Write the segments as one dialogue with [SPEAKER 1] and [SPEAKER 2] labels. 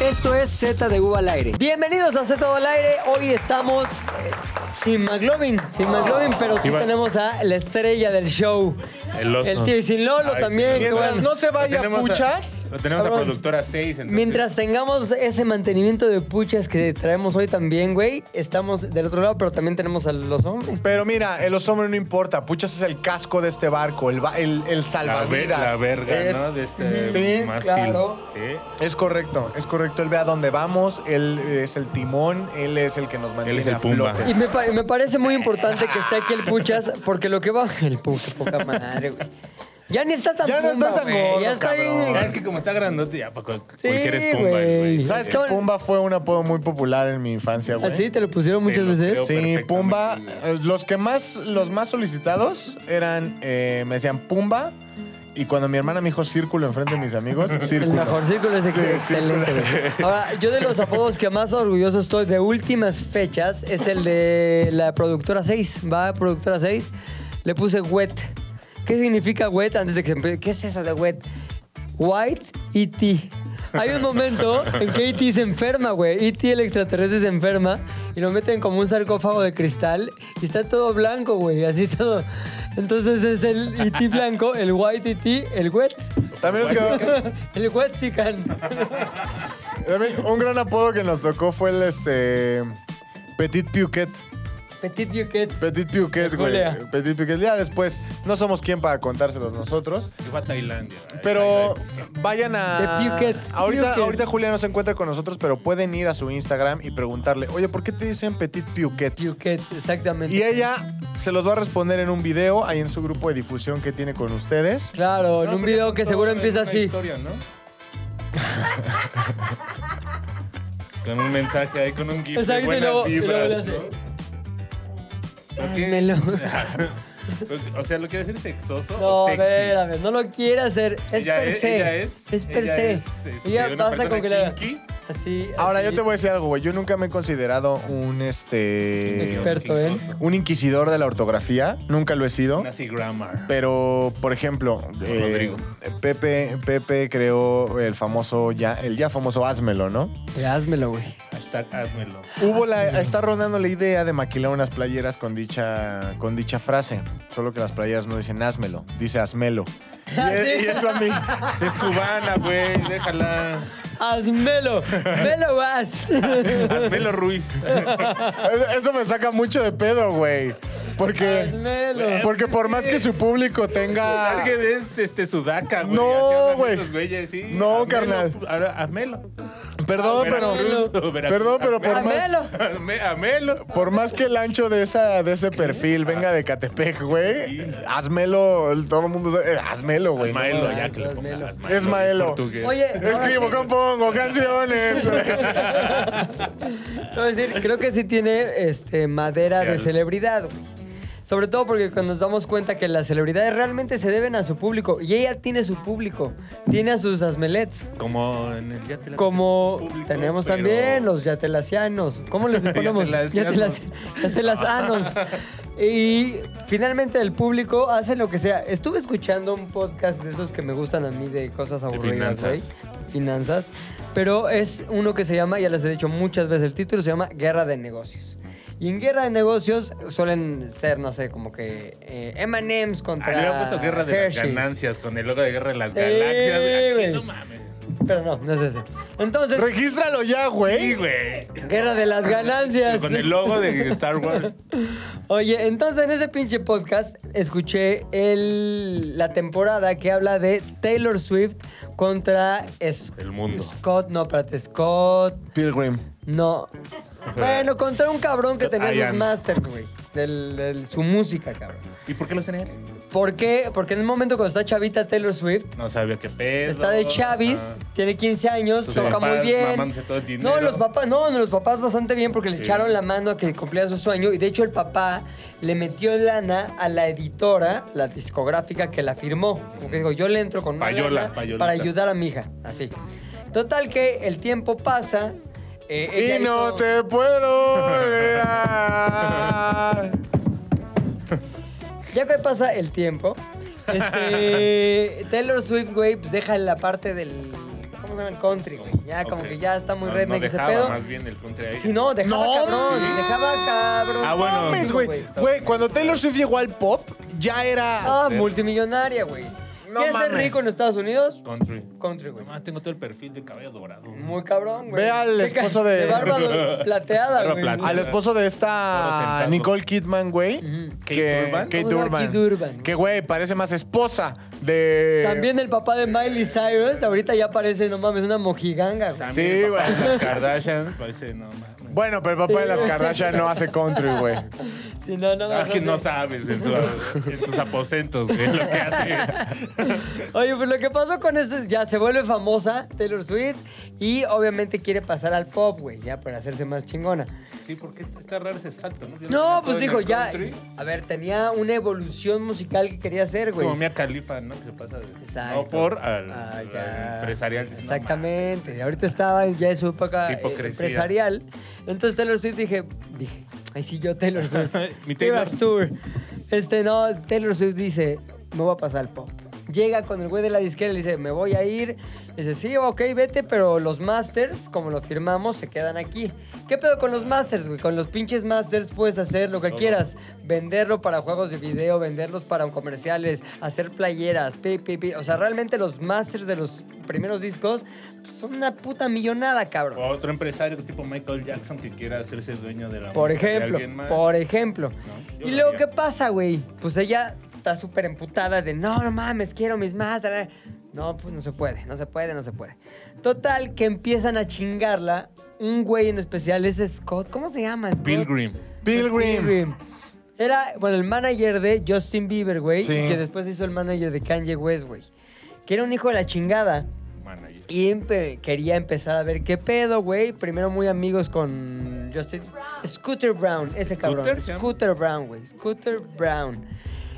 [SPEAKER 1] Esto es Z de U al aire. Bienvenidos a Z al aire. Hoy estamos eh, sin McLovin, sin
[SPEAKER 2] Ah.
[SPEAKER 1] McLovin, pero sí
[SPEAKER 3] Iba-
[SPEAKER 1] tenemos a la estrella del show.
[SPEAKER 3] El oso.
[SPEAKER 1] tío y sin Lolo
[SPEAKER 3] Ay,
[SPEAKER 1] también.
[SPEAKER 3] sí.
[SPEAKER 1] que
[SPEAKER 2] Mientras
[SPEAKER 1] bueno.
[SPEAKER 2] no se vaya
[SPEAKER 3] Tenemos a-
[SPEAKER 2] Puchas.
[SPEAKER 3] tenemos
[SPEAKER 1] cabrón.
[SPEAKER 3] a productora 6.
[SPEAKER 1] Mientras tengamos ese mantenimiento de puchas que traemos hoy también, güey, estamos del otro lado, pero también tenemos a los hombres.
[SPEAKER 2] Pero mira, el hombres no importa. Puchas es el casco de este barco, el, ba- el, el
[SPEAKER 3] La, ve-
[SPEAKER 2] salvavidas.
[SPEAKER 3] la verga,
[SPEAKER 2] es,
[SPEAKER 3] ¿no? De este
[SPEAKER 2] Sí,
[SPEAKER 3] mástil.
[SPEAKER 1] claro.
[SPEAKER 3] Sí.
[SPEAKER 2] Es correcto, es correcto. Él ve a dónde vamos, él es el timón, él es el que nos mantiene
[SPEAKER 3] es el
[SPEAKER 2] a
[SPEAKER 3] Pumba.
[SPEAKER 2] flote.
[SPEAKER 1] Y me, pa- me parece muy importante que esté aquí el Puchas, porque lo que va. El Puchas, poca madre, güey. Ya ni está tan
[SPEAKER 2] Ya no
[SPEAKER 1] pumba,
[SPEAKER 2] está tan
[SPEAKER 1] güey,
[SPEAKER 2] gordo,
[SPEAKER 1] Ya está
[SPEAKER 2] cabrón.
[SPEAKER 1] bien.
[SPEAKER 3] Ya es que como está grandote, ya para cual-
[SPEAKER 1] Sí,
[SPEAKER 3] cualquier es pumba,
[SPEAKER 1] güey.
[SPEAKER 3] güey.
[SPEAKER 2] ¿Sabes que
[SPEAKER 1] Todo-
[SPEAKER 2] Pumba fue un apodo muy popular en mi infancia, güey?
[SPEAKER 1] Así Ah, te lo pusieron muchas
[SPEAKER 3] lo
[SPEAKER 1] veces.
[SPEAKER 3] creo.
[SPEAKER 2] Sí,
[SPEAKER 3] perfectamente.
[SPEAKER 2] Pumba. eh, Los que más, los más solicitados eran, eh, me decían Pumba. Y cuando mi hermana me dijo círculo enfrente de mis amigos,
[SPEAKER 1] El
[SPEAKER 2] círculo.
[SPEAKER 1] mejor círculo es ex- excelente. güey. Ahora, yo de los apodos que más orgulloso estoy de últimas fechas es el de la productora 6. Va, productora 6. Le puse wet. ¿Qué significa wet? Antes de que empiece, ¿qué es eso de wet? White E.T. Hay un momento en que E.T. se enferma, güey. E.T. el extraterrestre se enferma y lo meten como un sarcófago de cristal y está todo blanco, güey. Así todo. Entonces es el E.T. blanco, el white E.T., el wet.
[SPEAKER 2] También nos quedó,
[SPEAKER 1] El Huetzican.
[SPEAKER 2] También Un gran apodo que nos tocó fue el este. Petit Piuquet.
[SPEAKER 1] Petit Buquet.
[SPEAKER 2] Petit Piuquet, güey.
[SPEAKER 1] Julia.
[SPEAKER 2] Petit Piuquet. Ya después, no somos quien para contárselos nosotros.
[SPEAKER 3] Fue a Tailandia. güey.
[SPEAKER 2] Pero
[SPEAKER 3] Ahí, ahí,
[SPEAKER 2] vayan a.
[SPEAKER 1] De Piuquet.
[SPEAKER 2] Ahorita,
[SPEAKER 1] Piuquet.
[SPEAKER 2] ahorita Julia no se encuentra con nosotros, pero pueden ir a su Instagram y preguntarle, oye, ¿por qué te dicen Petit Piuquet?
[SPEAKER 1] Buquet, exactamente.
[SPEAKER 2] Y ella se los va a responder en un video ahí en su grupo de difusión que tiene con ustedes.
[SPEAKER 1] Claro, en
[SPEAKER 3] No,
[SPEAKER 1] un
[SPEAKER 3] porque
[SPEAKER 1] video que
[SPEAKER 3] todo
[SPEAKER 1] seguro
[SPEAKER 3] es
[SPEAKER 1] empieza
[SPEAKER 3] una
[SPEAKER 1] así.
[SPEAKER 3] historia, ¿no? con un mensaje ahí, con un gif
[SPEAKER 1] Exacto, y
[SPEAKER 3] de buenas
[SPEAKER 1] luego- y luego
[SPEAKER 3] vibras,
[SPEAKER 1] le hace-
[SPEAKER 3] ¿no? ¿Lo que-
[SPEAKER 1] Házmelo.
[SPEAKER 3] Pues, o sea, ¿lo quiere decir sexoso
[SPEAKER 1] No,
[SPEAKER 3] o
[SPEAKER 1] a
[SPEAKER 3] sexy?
[SPEAKER 1] ver, a ver, no lo quiere hacer. Es
[SPEAKER 3] Ella
[SPEAKER 1] per
[SPEAKER 3] es-
[SPEAKER 1] se.
[SPEAKER 3] ella es-
[SPEAKER 1] per
[SPEAKER 3] ella
[SPEAKER 1] se.
[SPEAKER 3] es, este,
[SPEAKER 1] ella
[SPEAKER 3] una
[SPEAKER 1] pasa con
[SPEAKER 3] persona
[SPEAKER 1] que le haga
[SPEAKER 3] kinky.
[SPEAKER 1] Así.
[SPEAKER 2] Ahora,
[SPEAKER 1] así.
[SPEAKER 2] yo te voy a decir algo, güey. Yo nunca me he considerado un este.
[SPEAKER 1] Experto, ¿eh?
[SPEAKER 2] un inquisidor de la ortografía, nunca lo he sido.
[SPEAKER 3] Nazi grammar.
[SPEAKER 2] Pero, por ejemplo, eh,
[SPEAKER 3] Rodrigo.
[SPEAKER 2] Pepe, Pepe creó el famoso, ya, el ya famoso Hazmelo, ¿no?
[SPEAKER 1] Pero Házmelo, güey.
[SPEAKER 3] Hashtag házmelo.
[SPEAKER 2] Hubo la, está rondando la idea de maquilar unas playeras con dicha, con dicha frase. Solo que las playeras no dicen Hazmelo, dice Hazmelo. Y, es- y eso a mí.
[SPEAKER 3] Es cubana, güey, déjala.
[SPEAKER 1] Házmelo. Me lo vas.
[SPEAKER 3] Hazmelo, Ruiz.
[SPEAKER 2] Eso me saca mucho de pedo, güey. Porque,
[SPEAKER 1] Házmelo.
[SPEAKER 2] porque por más que su público tenga.
[SPEAKER 3] Alguien es este sudaca, güey.
[SPEAKER 2] No,
[SPEAKER 3] Así hablan
[SPEAKER 2] güey.
[SPEAKER 3] esos güeyes, sí.
[SPEAKER 2] No,
[SPEAKER 3] Hazmelo,
[SPEAKER 2] carnal.
[SPEAKER 3] pu- ahora, Hazmelo.
[SPEAKER 2] Perdón, pero.
[SPEAKER 3] Ah, Veracruz, Veracruz.
[SPEAKER 2] Perdón, pero por más.
[SPEAKER 1] Hazmelo.
[SPEAKER 3] Hazme- Hazmelo.
[SPEAKER 2] Por más que el ancho de, esa, de ese perfil venga de Catepec, güey, házmelo, el- todo el mundo sabe, eh, hazmelo, güey.
[SPEAKER 3] Maelo, ya
[SPEAKER 1] Hazmelo.
[SPEAKER 3] que le pongan Hazmelo.
[SPEAKER 2] Es Maelo.
[SPEAKER 3] Portugués.
[SPEAKER 1] Oye, ahora sí.
[SPEAKER 2] Escribo, compongo canciones.
[SPEAKER 1] Te voy a decir, creo que sí tiene este, madera de
[SPEAKER 3] Real.
[SPEAKER 1] celebridad, güey. Sobre todo porque cuando nos damos cuenta que las celebridades realmente se deben a su público. Y ella tiene su público. Tiene a sus asmelets.
[SPEAKER 3] Como en el Yatelas.
[SPEAKER 1] Como
[SPEAKER 3] Público,
[SPEAKER 1] tenemos
[SPEAKER 3] pero-
[SPEAKER 1] también los yatelacianos. ¿Cómo les ponemos?
[SPEAKER 3] Yatelacianos.
[SPEAKER 1] Yatelaci- Yatelazanos. Y finalmente el público hace lo que sea. Estuve escuchando un podcast de esos que me gustan a mí de cosas aburridas, güey.
[SPEAKER 3] finanzas.
[SPEAKER 1] Finanzas. Pero es uno que se llama, ya les he dicho muchas veces el título, se llama Guerra de Negocios. Y en guerra de negocios suelen ser, no sé, como que eh, M&M's
[SPEAKER 3] Ah, le
[SPEAKER 1] contra
[SPEAKER 3] habían puesto Guerra de las
[SPEAKER 1] Hershey's.
[SPEAKER 3] Ganancias con el logo de Guerra de las
[SPEAKER 1] Sí,
[SPEAKER 3] Galaxias. Aquí
[SPEAKER 1] güey.
[SPEAKER 3] no mames.
[SPEAKER 1] Pero no, no es ese. Entonces,
[SPEAKER 2] Regístralo ya,
[SPEAKER 3] Sí,
[SPEAKER 2] güey.
[SPEAKER 3] güey.
[SPEAKER 1] Guerra de las Ganancias.
[SPEAKER 3] Con el logo de Star Wars.
[SPEAKER 1] Oye, entonces en ese pinche podcast escuché el, la temporada que habla de Taylor Swift contra Es-
[SPEAKER 3] El mundo.
[SPEAKER 1] Scott, no, espérate, Scott,
[SPEAKER 2] Pilgrim.
[SPEAKER 1] no. Bueno, contra un cabrón que
[SPEAKER 3] Scott
[SPEAKER 1] tenía sus
[SPEAKER 3] Ian.
[SPEAKER 1] masters, güey, del- del- su música, cabrón.
[SPEAKER 3] ¿Y por qué los tenía él?
[SPEAKER 1] ¿Por qué? Porque en el momento cuando está chavita Taylor Swift,
[SPEAKER 3] No sabía qué pedo.
[SPEAKER 1] Está de Chavis,
[SPEAKER 3] Ah.
[SPEAKER 1] tiene 15 años,
[SPEAKER 3] Sus
[SPEAKER 1] toca
[SPEAKER 3] papás
[SPEAKER 1] muy bien.
[SPEAKER 3] mamándose todo el dinero.
[SPEAKER 1] no, los papás, no, no, los papás bastante bien porque le
[SPEAKER 3] Sí.
[SPEAKER 1] echaron la mano a que cumpliera su sueño y de hecho el papá le metió lana a la editora, la discográfica que la firmó. Como que digo, yo le entro con una
[SPEAKER 3] Payola,
[SPEAKER 1] lana
[SPEAKER 3] payolita.
[SPEAKER 1] para ayudar a mi hija, así. Total que el tiempo pasa. eh, ella
[SPEAKER 2] Y no
[SPEAKER 1] hizo-
[SPEAKER 2] te puedo olvidar.
[SPEAKER 1] Ya que pasa el tiempo, este, Taylor Swift, güey, pues deja la parte del. ¿Cómo estamos en el country, güey. Ya como
[SPEAKER 3] Ah. Ok.
[SPEAKER 1] que ya está muy
[SPEAKER 3] No,
[SPEAKER 1] redneck
[SPEAKER 3] no
[SPEAKER 1] ese
[SPEAKER 3] dejaba
[SPEAKER 1] pedo.
[SPEAKER 3] más bien el country ahí.
[SPEAKER 1] Si no, dejaba
[SPEAKER 2] No,
[SPEAKER 1] cabrón,
[SPEAKER 2] sí.
[SPEAKER 1] dejaba cabrón.
[SPEAKER 3] Ah, bueno.
[SPEAKER 2] mames,
[SPEAKER 3] sí,
[SPEAKER 2] güey.
[SPEAKER 1] güey.
[SPEAKER 2] Güey, cuando Taylor Swift llegó al pop, ya era.
[SPEAKER 1] Ah, multimillonaria, güey.
[SPEAKER 2] No
[SPEAKER 1] ¿Quieres ser
[SPEAKER 2] mames.
[SPEAKER 1] rico en Estados Unidos?
[SPEAKER 3] Country.
[SPEAKER 1] Country, güey.
[SPEAKER 3] Mamá, tengo todo el perfil de cabello dorado.
[SPEAKER 1] Muy cabrón, güey.
[SPEAKER 2] Ve al
[SPEAKER 1] De ca-
[SPEAKER 2] esposo de-
[SPEAKER 1] De barba plateada,
[SPEAKER 3] Barba
[SPEAKER 1] güey.
[SPEAKER 3] plateada.
[SPEAKER 2] Al esposo de
[SPEAKER 3] Todo
[SPEAKER 2] esta
[SPEAKER 3] sentado.
[SPEAKER 2] Nicole Kidman, güey.
[SPEAKER 3] Kate
[SPEAKER 2] que-
[SPEAKER 1] Vamos a
[SPEAKER 3] Urban.
[SPEAKER 1] ver
[SPEAKER 2] Urban.
[SPEAKER 1] Kate Urban.
[SPEAKER 2] Que, güey, parece más esposa de.
[SPEAKER 1] También el papá de Miley Cyrus, ahorita ya parece, no mames, una mojiganga, güey.
[SPEAKER 3] También
[SPEAKER 2] Sí,
[SPEAKER 3] el papá
[SPEAKER 2] güey.
[SPEAKER 3] de las Kardashian. Parece, no mames.
[SPEAKER 2] Bueno, pero el papá de las Kardashian no hace country, güey.
[SPEAKER 1] Si no, no
[SPEAKER 3] Ah,
[SPEAKER 1] mames,
[SPEAKER 3] que
[SPEAKER 1] sé.
[SPEAKER 3] no sabes en, su- en sus aposentos, güey, lo que hace.
[SPEAKER 1] Oye, pues lo que pasó con este, ya se vuelve famosa Taylor Swift y obviamente quiere pasar al pop, güey, ya para hacerse más chingona.
[SPEAKER 3] Sí, porque está- está raro ese salto, ¿no? Yo
[SPEAKER 1] No,
[SPEAKER 3] lo
[SPEAKER 1] pues
[SPEAKER 3] tenía
[SPEAKER 1] dijo,
[SPEAKER 3] todo en el
[SPEAKER 1] ya.
[SPEAKER 3] country.
[SPEAKER 1] A ver, tenía una evolución musical que quería hacer, güey.
[SPEAKER 3] Como Mia Califa, ¿no? Que se pasa de
[SPEAKER 1] Exacto.
[SPEAKER 3] no por al,
[SPEAKER 1] Ah,
[SPEAKER 3] al
[SPEAKER 1] ya.
[SPEAKER 3] empresarial. Dices, no
[SPEAKER 1] Exactamente. Ahorita estaba ya en su época eh,
[SPEAKER 3] Hipocresía.
[SPEAKER 1] empresarial. Entonces Taylor Swift dije, dije, ay sí, yo Taylor Swift.
[SPEAKER 3] Mi Taylor.
[SPEAKER 1] Eras Tour. Este, no, Taylor Swift dice, me voy a pasar al pop. Llega con el güey de la disquera y le dice, me voy a ir. Le dice, sí, ok, vete, pero los masters, como los firmamos, se quedan aquí. ¿Qué pedo con los masters, güey? Con los pinches masters puedes hacer lo que quieras. Venderlo para juegos de video, venderlos para comerciales, hacer playeras, pi, pi, pi. O sea, realmente los masters de los primeros discos pues, son una puta millonada, cabrón.
[SPEAKER 3] O otro empresario tipo Michael Jackson que quiera hacerse dueño de la
[SPEAKER 1] Por
[SPEAKER 3] música de
[SPEAKER 1] ejemplo,
[SPEAKER 3] alguien más.
[SPEAKER 1] por ejemplo.
[SPEAKER 3] No, yo
[SPEAKER 1] y
[SPEAKER 3] lo
[SPEAKER 1] luego, ¿qué
[SPEAKER 3] haría.
[SPEAKER 1] pasa, güey? Pues ella está súper emputada de, no, no mames, quiero mis más. No, pues no se puede, no se puede, no se puede. Total, que empiezan a chingarla. Un güey en especial es Scott. ¿Cómo se llama? Scott?
[SPEAKER 3] Pilgrim.
[SPEAKER 2] Pilgrim.
[SPEAKER 1] Era, bueno, el manager de Justin Bieber, güey.
[SPEAKER 2] Sí.
[SPEAKER 1] Que después hizo el manager de Kanye West, güey. Que era un hijo de la chingada.
[SPEAKER 3] Manager.
[SPEAKER 1] Y empe- quería empezar a ver qué pedo, güey. Primero muy amigos con Justin. Scooter Brown, ese cabrón.
[SPEAKER 3] ¿Scooter se llama?
[SPEAKER 1] Scooter Brown, güey. Scooter Brown.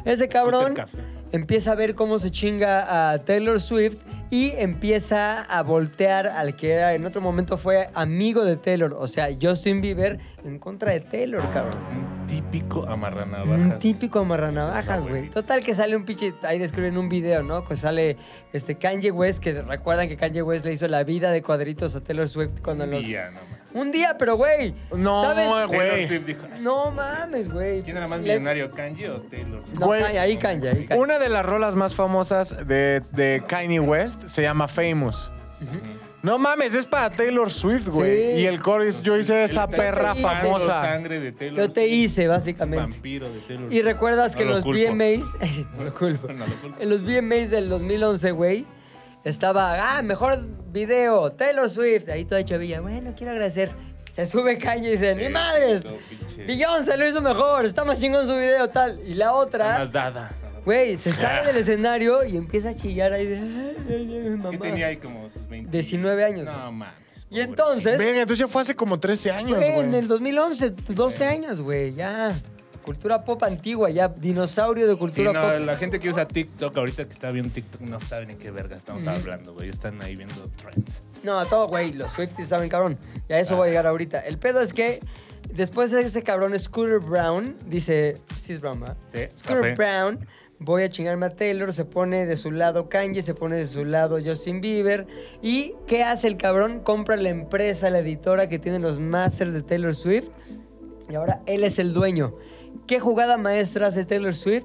[SPEAKER 1] Ese cabrón
[SPEAKER 3] Café.
[SPEAKER 1] empieza a ver cómo se chinga a Taylor Swift y empieza a voltear al que era, en otro momento fue amigo de Taylor, o sea, Justin Bieber, en contra de Taylor, cabrón.
[SPEAKER 3] Un típico amarranavajas.
[SPEAKER 1] Un típico amarranavajas, güey. Total que sale un pinche. Ahí describen un video, ¿no? Que sale este Kanye West, que recuerdan que Kanye West le hizo la vida de cuadritos a Taylor Swift cuando los.
[SPEAKER 3] Día, no mames.
[SPEAKER 1] Un día, pero güey.
[SPEAKER 2] No,
[SPEAKER 1] ¿sabes?
[SPEAKER 2] Güey.
[SPEAKER 3] Taylor Swift dijo, "Ay,
[SPEAKER 1] No mames, güey.
[SPEAKER 3] ¿Quién era más
[SPEAKER 1] Le-
[SPEAKER 3] millonario, Kanye o Taylor?
[SPEAKER 1] No,
[SPEAKER 2] Güey.
[SPEAKER 1] Kanye, ahí Kanye, ahí Kanye.
[SPEAKER 2] Una de las rolas más famosas de, de Kanye West se llama Famous. No mames, es para Taylor Swift, güey.
[SPEAKER 1] Sí.
[SPEAKER 2] Y el coro es yo hice esa
[SPEAKER 3] Está
[SPEAKER 2] perra
[SPEAKER 3] chupando
[SPEAKER 2] famosa.
[SPEAKER 3] sangre de Taylor
[SPEAKER 1] Yo te
[SPEAKER 3] Swift,
[SPEAKER 1] hice, básicamente.
[SPEAKER 3] Vampiro de Taylor
[SPEAKER 1] Y
[SPEAKER 3] Swift.
[SPEAKER 1] recuerdas que
[SPEAKER 3] No lo
[SPEAKER 1] los
[SPEAKER 3] culpo.
[SPEAKER 1] VMAs. no lo culpo.
[SPEAKER 3] No lo culpo.
[SPEAKER 1] En los VMAs del 2011, güey, estaba, ah, mejor video, Taylor Swift. Ahí toda chavilla, bueno, quiero agradecer. Se sube caña y dice,
[SPEAKER 3] Sí,
[SPEAKER 1] ni madres.
[SPEAKER 3] todo pinche.
[SPEAKER 1] Beyoncé lo hizo mejor, está más chingón su video, tal. Y la
[SPEAKER 3] Está
[SPEAKER 1] otra,
[SPEAKER 3] Más dada.
[SPEAKER 1] güey, se sale del escenario y empieza a chillar ahí de, "Ay, ay, ay, mamá".
[SPEAKER 3] ¿Qué tenía ahí como sus 20?
[SPEAKER 1] 19 años,
[SPEAKER 3] No
[SPEAKER 1] güey.
[SPEAKER 3] mames.
[SPEAKER 1] Y
[SPEAKER 3] pobre.
[SPEAKER 1] entonces,
[SPEAKER 2] Venga, entonces ya fue hace como 13 años,
[SPEAKER 1] fue en
[SPEAKER 2] güey.
[SPEAKER 1] el 2011,
[SPEAKER 3] Eh.
[SPEAKER 1] 12 años, güey, ya. Cultura pop antigua, ya dinosaurio de
[SPEAKER 3] Sí,
[SPEAKER 1] cultura pop.
[SPEAKER 3] no, la gente que usa TikTok, ahorita que está viendo TikTok, no saben en qué verga estamos hablando, güey. Están ahí viendo trends.
[SPEAKER 1] No, todo, güey. Los Swifties saben, cabrón. Y a eso voy a llegar ahorita. El pedo es que después de ese cabrón Scooter Brown, dice... Sí es Brown, ¿verdad?
[SPEAKER 3] Sí,
[SPEAKER 1] Scooter
[SPEAKER 3] café.
[SPEAKER 1] Brown, voy a chingarme a Taylor. Se pone de su lado Kanye, se pone de su lado Justin Bieber. ¿Y qué hace el cabrón? Compra la empresa, la editora que tiene los masters de Taylor Swift. Y ahora él es el dueño. ¿Qué jugada maestra hace Taylor Swift?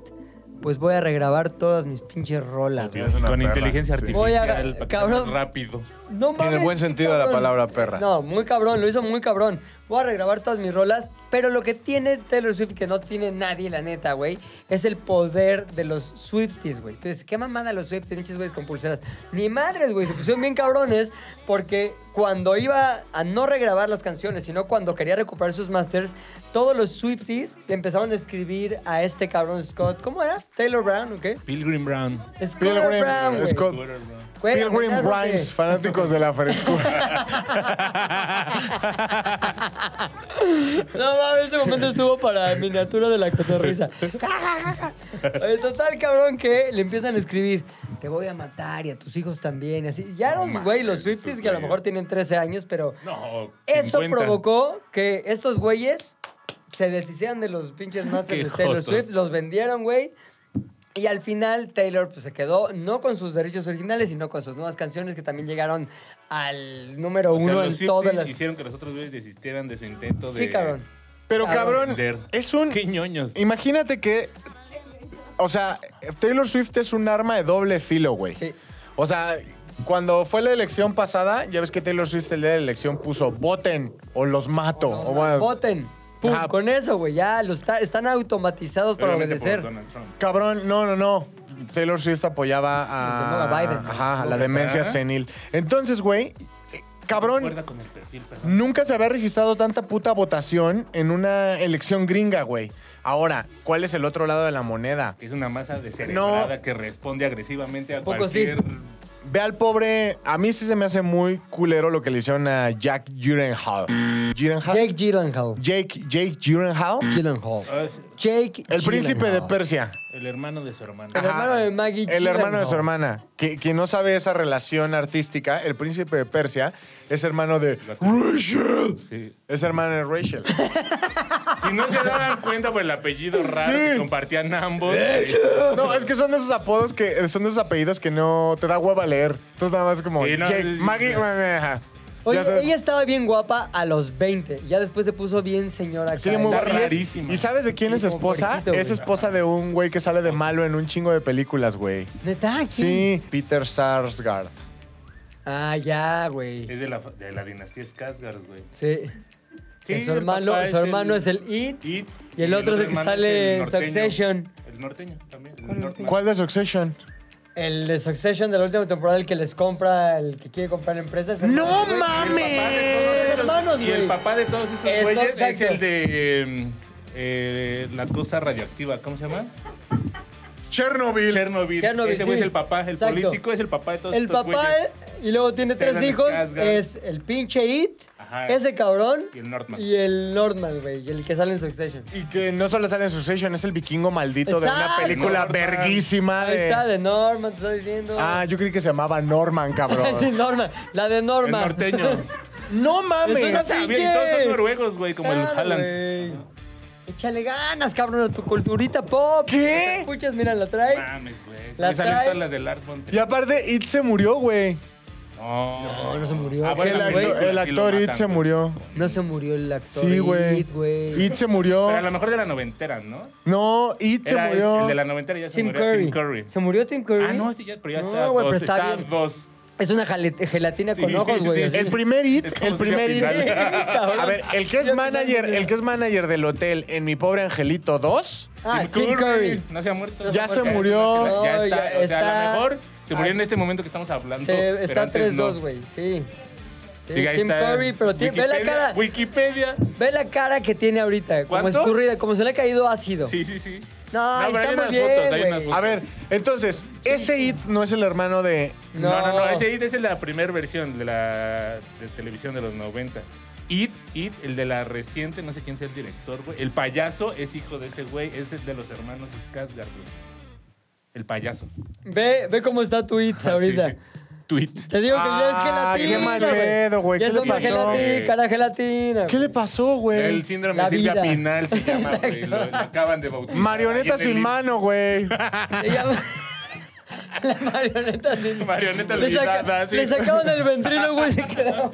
[SPEAKER 1] Pues voy a regrabar todas mis pinches rolas, güey.
[SPEAKER 2] es una
[SPEAKER 3] Con
[SPEAKER 2] perra,
[SPEAKER 3] inteligencia
[SPEAKER 2] sí.
[SPEAKER 1] Voy a-
[SPEAKER 3] artificial, para que sea
[SPEAKER 1] cabrón.
[SPEAKER 3] más rápido.
[SPEAKER 1] No
[SPEAKER 2] En el
[SPEAKER 1] mames,
[SPEAKER 2] buen
[SPEAKER 1] qué
[SPEAKER 2] sentido de la palabra perra.
[SPEAKER 1] No, muy cabrón, lo hizo muy cabrón. Voy a regrabar todas mis rolas, pero lo que tiene Taylor Swift, que no tiene nadie, la neta, güey, es el poder de los Swifties, güey. Entonces, qué mamada los Swifties, pinches güeyes con pulseras. Ni madres, güey, se pusieron bien cabrones porque cuando iba a no regrabar las canciones, sino cuando quería recuperar sus masters, todos los Swifties le empezaron a escribir a este cabrón Scott. ¿Cómo era? Taylor Brown, ¿ok?
[SPEAKER 3] Pilgrim Brown.
[SPEAKER 1] Scott
[SPEAKER 2] Pilgrim,
[SPEAKER 1] Brown, güey.
[SPEAKER 2] Scott-
[SPEAKER 3] Twitter, bro.
[SPEAKER 1] Güey,
[SPEAKER 2] Pilgrim
[SPEAKER 1] amenázate.
[SPEAKER 2] Rhymes, fanáticos de la frescura.
[SPEAKER 1] No mames, ese momento estuvo para miniatura de la cotorrisa. Oye, total, cabrón, que le empiezan a escribir: Te voy a matar y a tus hijos también. Y así. Ya
[SPEAKER 3] No
[SPEAKER 1] los güey, los
[SPEAKER 3] mames,
[SPEAKER 1] Swifties,
[SPEAKER 3] esos
[SPEAKER 1] que a lo
[SPEAKER 3] güeyes.
[SPEAKER 1] mejor tienen 13 años, pero
[SPEAKER 3] No,
[SPEAKER 1] eso
[SPEAKER 3] 50.
[SPEAKER 1] provocó que estos güeyes se deshicieran de los pinches masters
[SPEAKER 3] Qué
[SPEAKER 1] de Taylor
[SPEAKER 3] jotos.
[SPEAKER 1] Swift, los vendieron, güey. Y al final Taylor pues, se quedó no con sus derechos originales, sino con sus nuevas canciones que también llegaron al número
[SPEAKER 3] O sea,
[SPEAKER 1] uno
[SPEAKER 3] los
[SPEAKER 1] en todas
[SPEAKER 3] 50s
[SPEAKER 1] las...
[SPEAKER 3] hicieron que los otros güeyes desistieran de su intento de...
[SPEAKER 1] Sí, cabrón.
[SPEAKER 2] Pero
[SPEAKER 1] Cabrón.
[SPEAKER 2] cabrón,
[SPEAKER 3] Vender.
[SPEAKER 2] es un...
[SPEAKER 3] Qué ñoños.
[SPEAKER 2] Imagínate que... O sea, Taylor Swift es un arma de doble filo, güey.
[SPEAKER 1] Sí.
[SPEAKER 2] O sea, cuando fue la elección pasada, ya ves que Taylor Swift el día de la elección puso voten o los mato. o bueno,
[SPEAKER 1] Voten. Pum,
[SPEAKER 2] Ah.
[SPEAKER 1] Con eso, güey, ya los ta- están automatizados para
[SPEAKER 3] Obviamente por
[SPEAKER 1] obedecer.
[SPEAKER 3] Donald Trump.
[SPEAKER 2] Cabrón, no, no, no. Taylor Swift apoyaba a,
[SPEAKER 1] Apoyaba a Biden.
[SPEAKER 2] Ajá, a la demencia
[SPEAKER 3] Ajá.
[SPEAKER 2] senil. Entonces, güey, eh, cabrón,
[SPEAKER 3] Recuerda con el perfil, perdón.
[SPEAKER 2] nunca se había registrado tanta puta votación en una elección gringa, güey. Ahora, ¿cuál es el otro lado de la moneda?
[SPEAKER 3] Que es una masa descerebrada
[SPEAKER 2] No.
[SPEAKER 3] que responde agresivamente a
[SPEAKER 1] Poco sí.
[SPEAKER 3] cualquier...
[SPEAKER 2] Ve al pobre, a mí sí se me hace muy culero lo que le hicieron a Jack Gyllenhaal. Gyllenhaal?
[SPEAKER 1] Jake Gyllenhaal.
[SPEAKER 2] Jake, Jake Gyllenhaal.
[SPEAKER 1] Gyllenhaal.
[SPEAKER 3] Ah, es
[SPEAKER 1] Jake
[SPEAKER 2] El príncipe de
[SPEAKER 1] Gyllenhaal.
[SPEAKER 2] Persia.
[SPEAKER 3] El hermano de su hermano.
[SPEAKER 1] El hermano de Maggie
[SPEAKER 2] El hermano de su
[SPEAKER 1] Gyllenhaal.
[SPEAKER 2] hermana. Que, que no sabe esa relación artística, el príncipe de Persia es hermano de Rachel.
[SPEAKER 3] Sí.
[SPEAKER 2] Es hermano de Rachel.
[SPEAKER 3] Si no se daban cuenta por el apellido raro que compartían ambos. Sí,
[SPEAKER 2] No, es que son de esos apodos que son de esos apellidos que no te da hueva leer. Entonces nada más como
[SPEAKER 3] Sí, no,
[SPEAKER 2] Jake,
[SPEAKER 3] sí, sí.
[SPEAKER 2] Maggie. ajá.
[SPEAKER 1] Oye,
[SPEAKER 2] Ya sabes.
[SPEAKER 1] ella estaba bien guapa a los 20. Ya después se puso bien señora.
[SPEAKER 2] Sigue muy
[SPEAKER 1] acá.
[SPEAKER 3] Está
[SPEAKER 2] guapa. Y es-
[SPEAKER 3] rarísima.
[SPEAKER 2] ¿Y sabes de quién
[SPEAKER 1] Sí,
[SPEAKER 2] es
[SPEAKER 1] como
[SPEAKER 2] esposa?
[SPEAKER 1] puerquito, güey.
[SPEAKER 2] Es esposa de un güey que sale de malo en un chingo de películas, güey.
[SPEAKER 1] ¿Neta? ¿Quién?
[SPEAKER 2] Sí, Peter Sarsgaard.
[SPEAKER 1] Ah, ya, güey.
[SPEAKER 3] Es de la, de la dinastía Skarsgård, güey.
[SPEAKER 1] Sí. Que su hermano,
[SPEAKER 3] papá
[SPEAKER 1] su hermano es el It.
[SPEAKER 3] It,
[SPEAKER 1] y el otro es el que
[SPEAKER 3] hermano
[SPEAKER 1] sale
[SPEAKER 3] el
[SPEAKER 1] en
[SPEAKER 3] norteño.
[SPEAKER 1] Succession.
[SPEAKER 3] El norteño también. el
[SPEAKER 1] ¿Cuál
[SPEAKER 3] Northman.
[SPEAKER 2] ¿Cuál de Succession?
[SPEAKER 1] El de Succession de la última temporada, el que les compra, el que quiere comprar empresas.
[SPEAKER 2] ¡No
[SPEAKER 1] güey.
[SPEAKER 2] mames!
[SPEAKER 1] Los hermanos,
[SPEAKER 3] Y el
[SPEAKER 1] güey.
[SPEAKER 3] papá de todos esos
[SPEAKER 1] Eso,
[SPEAKER 3] güeyes es
[SPEAKER 1] exacto.
[SPEAKER 3] el de em, eh, la cosa radioactiva. ¿Cómo se llama?
[SPEAKER 2] Chernobyl.
[SPEAKER 3] Chernobyl.
[SPEAKER 1] Chernobyl,
[SPEAKER 3] Ese güey
[SPEAKER 1] sí.
[SPEAKER 3] es el papá. El
[SPEAKER 1] Exacto.
[SPEAKER 3] político es el papá de todos
[SPEAKER 1] El
[SPEAKER 3] estos
[SPEAKER 1] papá,
[SPEAKER 3] güeyes.
[SPEAKER 1] y luego tiene tres
[SPEAKER 3] Stellan
[SPEAKER 1] hijos,
[SPEAKER 3] Skarsgård.
[SPEAKER 1] es el pinche It,
[SPEAKER 3] Ajá.
[SPEAKER 1] ese cabrón
[SPEAKER 3] Y el Northman.
[SPEAKER 1] y el Northman, güey, y el que sale en Succession.
[SPEAKER 2] Y que no solo sale en Succession, es el vikingo maldito de una
[SPEAKER 1] Exacto.
[SPEAKER 2] película
[SPEAKER 3] Norman.
[SPEAKER 2] verguísima
[SPEAKER 1] Ahí
[SPEAKER 2] de...
[SPEAKER 1] está, de Norman, te está diciendo.
[SPEAKER 2] Ah, yo creí que se llamaba Norman, cabrón.
[SPEAKER 1] sí, Norman, la de
[SPEAKER 3] El
[SPEAKER 1] Norman.
[SPEAKER 3] norteño.
[SPEAKER 2] ¡No
[SPEAKER 1] Estoy
[SPEAKER 3] No
[SPEAKER 2] mames!
[SPEAKER 3] sabía,
[SPEAKER 1] pinches.
[SPEAKER 3] y todos son noruegos, güey, como el
[SPEAKER 1] Claro, güey.
[SPEAKER 3] Haaland.
[SPEAKER 1] Échale ganas, cabrón, a tu culturita pop.
[SPEAKER 2] ¿Qué?
[SPEAKER 1] Puchas, mira, la trae.
[SPEAKER 3] Mames, güey.
[SPEAKER 1] La
[SPEAKER 3] Me salen
[SPEAKER 1] trae-
[SPEAKER 3] todas las de Lars von Trier.
[SPEAKER 2] Y aparte, It se murió, güey.
[SPEAKER 3] No,
[SPEAKER 1] No, no se murió.
[SPEAKER 3] Ah, bueno,
[SPEAKER 2] el,
[SPEAKER 3] güey,
[SPEAKER 2] actor- el
[SPEAKER 3] sí lo
[SPEAKER 2] actor
[SPEAKER 3] matan,
[SPEAKER 2] It se
[SPEAKER 3] güey.
[SPEAKER 2] murió.
[SPEAKER 1] No se murió el actor.
[SPEAKER 2] Sí, güey.
[SPEAKER 1] It, güey.
[SPEAKER 2] It se murió.
[SPEAKER 3] Pero a lo mejor de la noventera, ¿no?
[SPEAKER 2] No, It se
[SPEAKER 3] Era este,
[SPEAKER 2] murió.
[SPEAKER 3] el de la noventera ya se
[SPEAKER 1] Tim
[SPEAKER 3] murió.
[SPEAKER 1] Curry.
[SPEAKER 3] Tim Curry.
[SPEAKER 1] ¿Se murió Tim Curry?
[SPEAKER 3] Ah, no, sí, ya, pero ya
[SPEAKER 1] No,
[SPEAKER 3] está
[SPEAKER 1] güey,
[SPEAKER 3] dos.
[SPEAKER 1] pero está
[SPEAKER 3] está
[SPEAKER 1] bien.
[SPEAKER 3] dos.
[SPEAKER 1] Es una jale- gelatina con
[SPEAKER 3] Sí,
[SPEAKER 1] ojos, güey.
[SPEAKER 3] sí,
[SPEAKER 1] así.
[SPEAKER 2] El primer It,
[SPEAKER 3] Es como
[SPEAKER 2] el
[SPEAKER 3] si
[SPEAKER 2] primer It.
[SPEAKER 3] fuera final.
[SPEAKER 1] Cabrón.
[SPEAKER 2] A ver, el que es
[SPEAKER 1] Ya
[SPEAKER 2] manager,
[SPEAKER 1] final,
[SPEAKER 2] el que es manager del hotel en Mi Pobre Angelito 2,
[SPEAKER 1] Ah, Tim Curry.
[SPEAKER 3] No se ha muerto.
[SPEAKER 2] Ya se
[SPEAKER 3] es
[SPEAKER 2] murió.
[SPEAKER 3] una gelatina.
[SPEAKER 1] No,
[SPEAKER 3] Ya
[SPEAKER 1] ya
[SPEAKER 3] está. O sea, a
[SPEAKER 1] está-
[SPEAKER 3] lo mejor se murió
[SPEAKER 1] Ah.
[SPEAKER 3] en este momento que estamos hablando.
[SPEAKER 1] Se,
[SPEAKER 3] pero
[SPEAKER 1] está
[SPEAKER 3] antes
[SPEAKER 1] 3-2,
[SPEAKER 3] no.
[SPEAKER 1] güey, sí. Sí,
[SPEAKER 3] Sí, ahí
[SPEAKER 1] Tim
[SPEAKER 3] está.
[SPEAKER 1] Curry, pero ti- ve la
[SPEAKER 3] Wikipedia-
[SPEAKER 1] cara.
[SPEAKER 3] Wikipedia.
[SPEAKER 1] Ve la cara que tiene ahorita, como
[SPEAKER 3] ¿Cuánto?
[SPEAKER 1] escurrida, como se le ha caído ácido.
[SPEAKER 3] Sí, sí, sí.
[SPEAKER 1] No, ahí
[SPEAKER 3] pero
[SPEAKER 1] está
[SPEAKER 3] hay
[SPEAKER 1] muy
[SPEAKER 3] unas
[SPEAKER 1] bien,
[SPEAKER 3] fotos, hay
[SPEAKER 1] güey.
[SPEAKER 3] unas fotos.
[SPEAKER 2] A ver, entonces, ese It no es el hermano de.
[SPEAKER 3] No, no, no. Ese It es el de la primera versión de la de televisión de los 90. It, It, el de la reciente, no sé quién sea el director, güey. El payaso es hijo de ese güey, es el de los hermanos Skarsgård, güey. El payaso.
[SPEAKER 1] Ve, ve cómo está tu it ahorita.
[SPEAKER 3] Sí. Tweet.
[SPEAKER 1] Te digo que ya es
[SPEAKER 2] Ah,
[SPEAKER 1] gelatina.
[SPEAKER 2] qué mal
[SPEAKER 1] güey.
[SPEAKER 2] pedo, güey.
[SPEAKER 1] Ya
[SPEAKER 2] ¿Qué
[SPEAKER 1] es
[SPEAKER 2] le
[SPEAKER 1] una
[SPEAKER 2] pasó?
[SPEAKER 1] gelatina, cara gelatina.
[SPEAKER 2] ¿Qué le pasó, güey?
[SPEAKER 3] El síndrome
[SPEAKER 1] La
[SPEAKER 3] de Silvia
[SPEAKER 1] vida.
[SPEAKER 3] Pinal se llama, güey. Lo, lo acaban de bautizar.
[SPEAKER 2] Marioneta
[SPEAKER 3] Ahí en el
[SPEAKER 2] sin
[SPEAKER 3] Ips.
[SPEAKER 2] mano, güey.
[SPEAKER 1] Se llama- La marioneta sin.
[SPEAKER 3] Marioneta
[SPEAKER 1] Le, saca-
[SPEAKER 3] olvidada, sí.
[SPEAKER 1] le sacaron el ventrilo, güey, se quedó.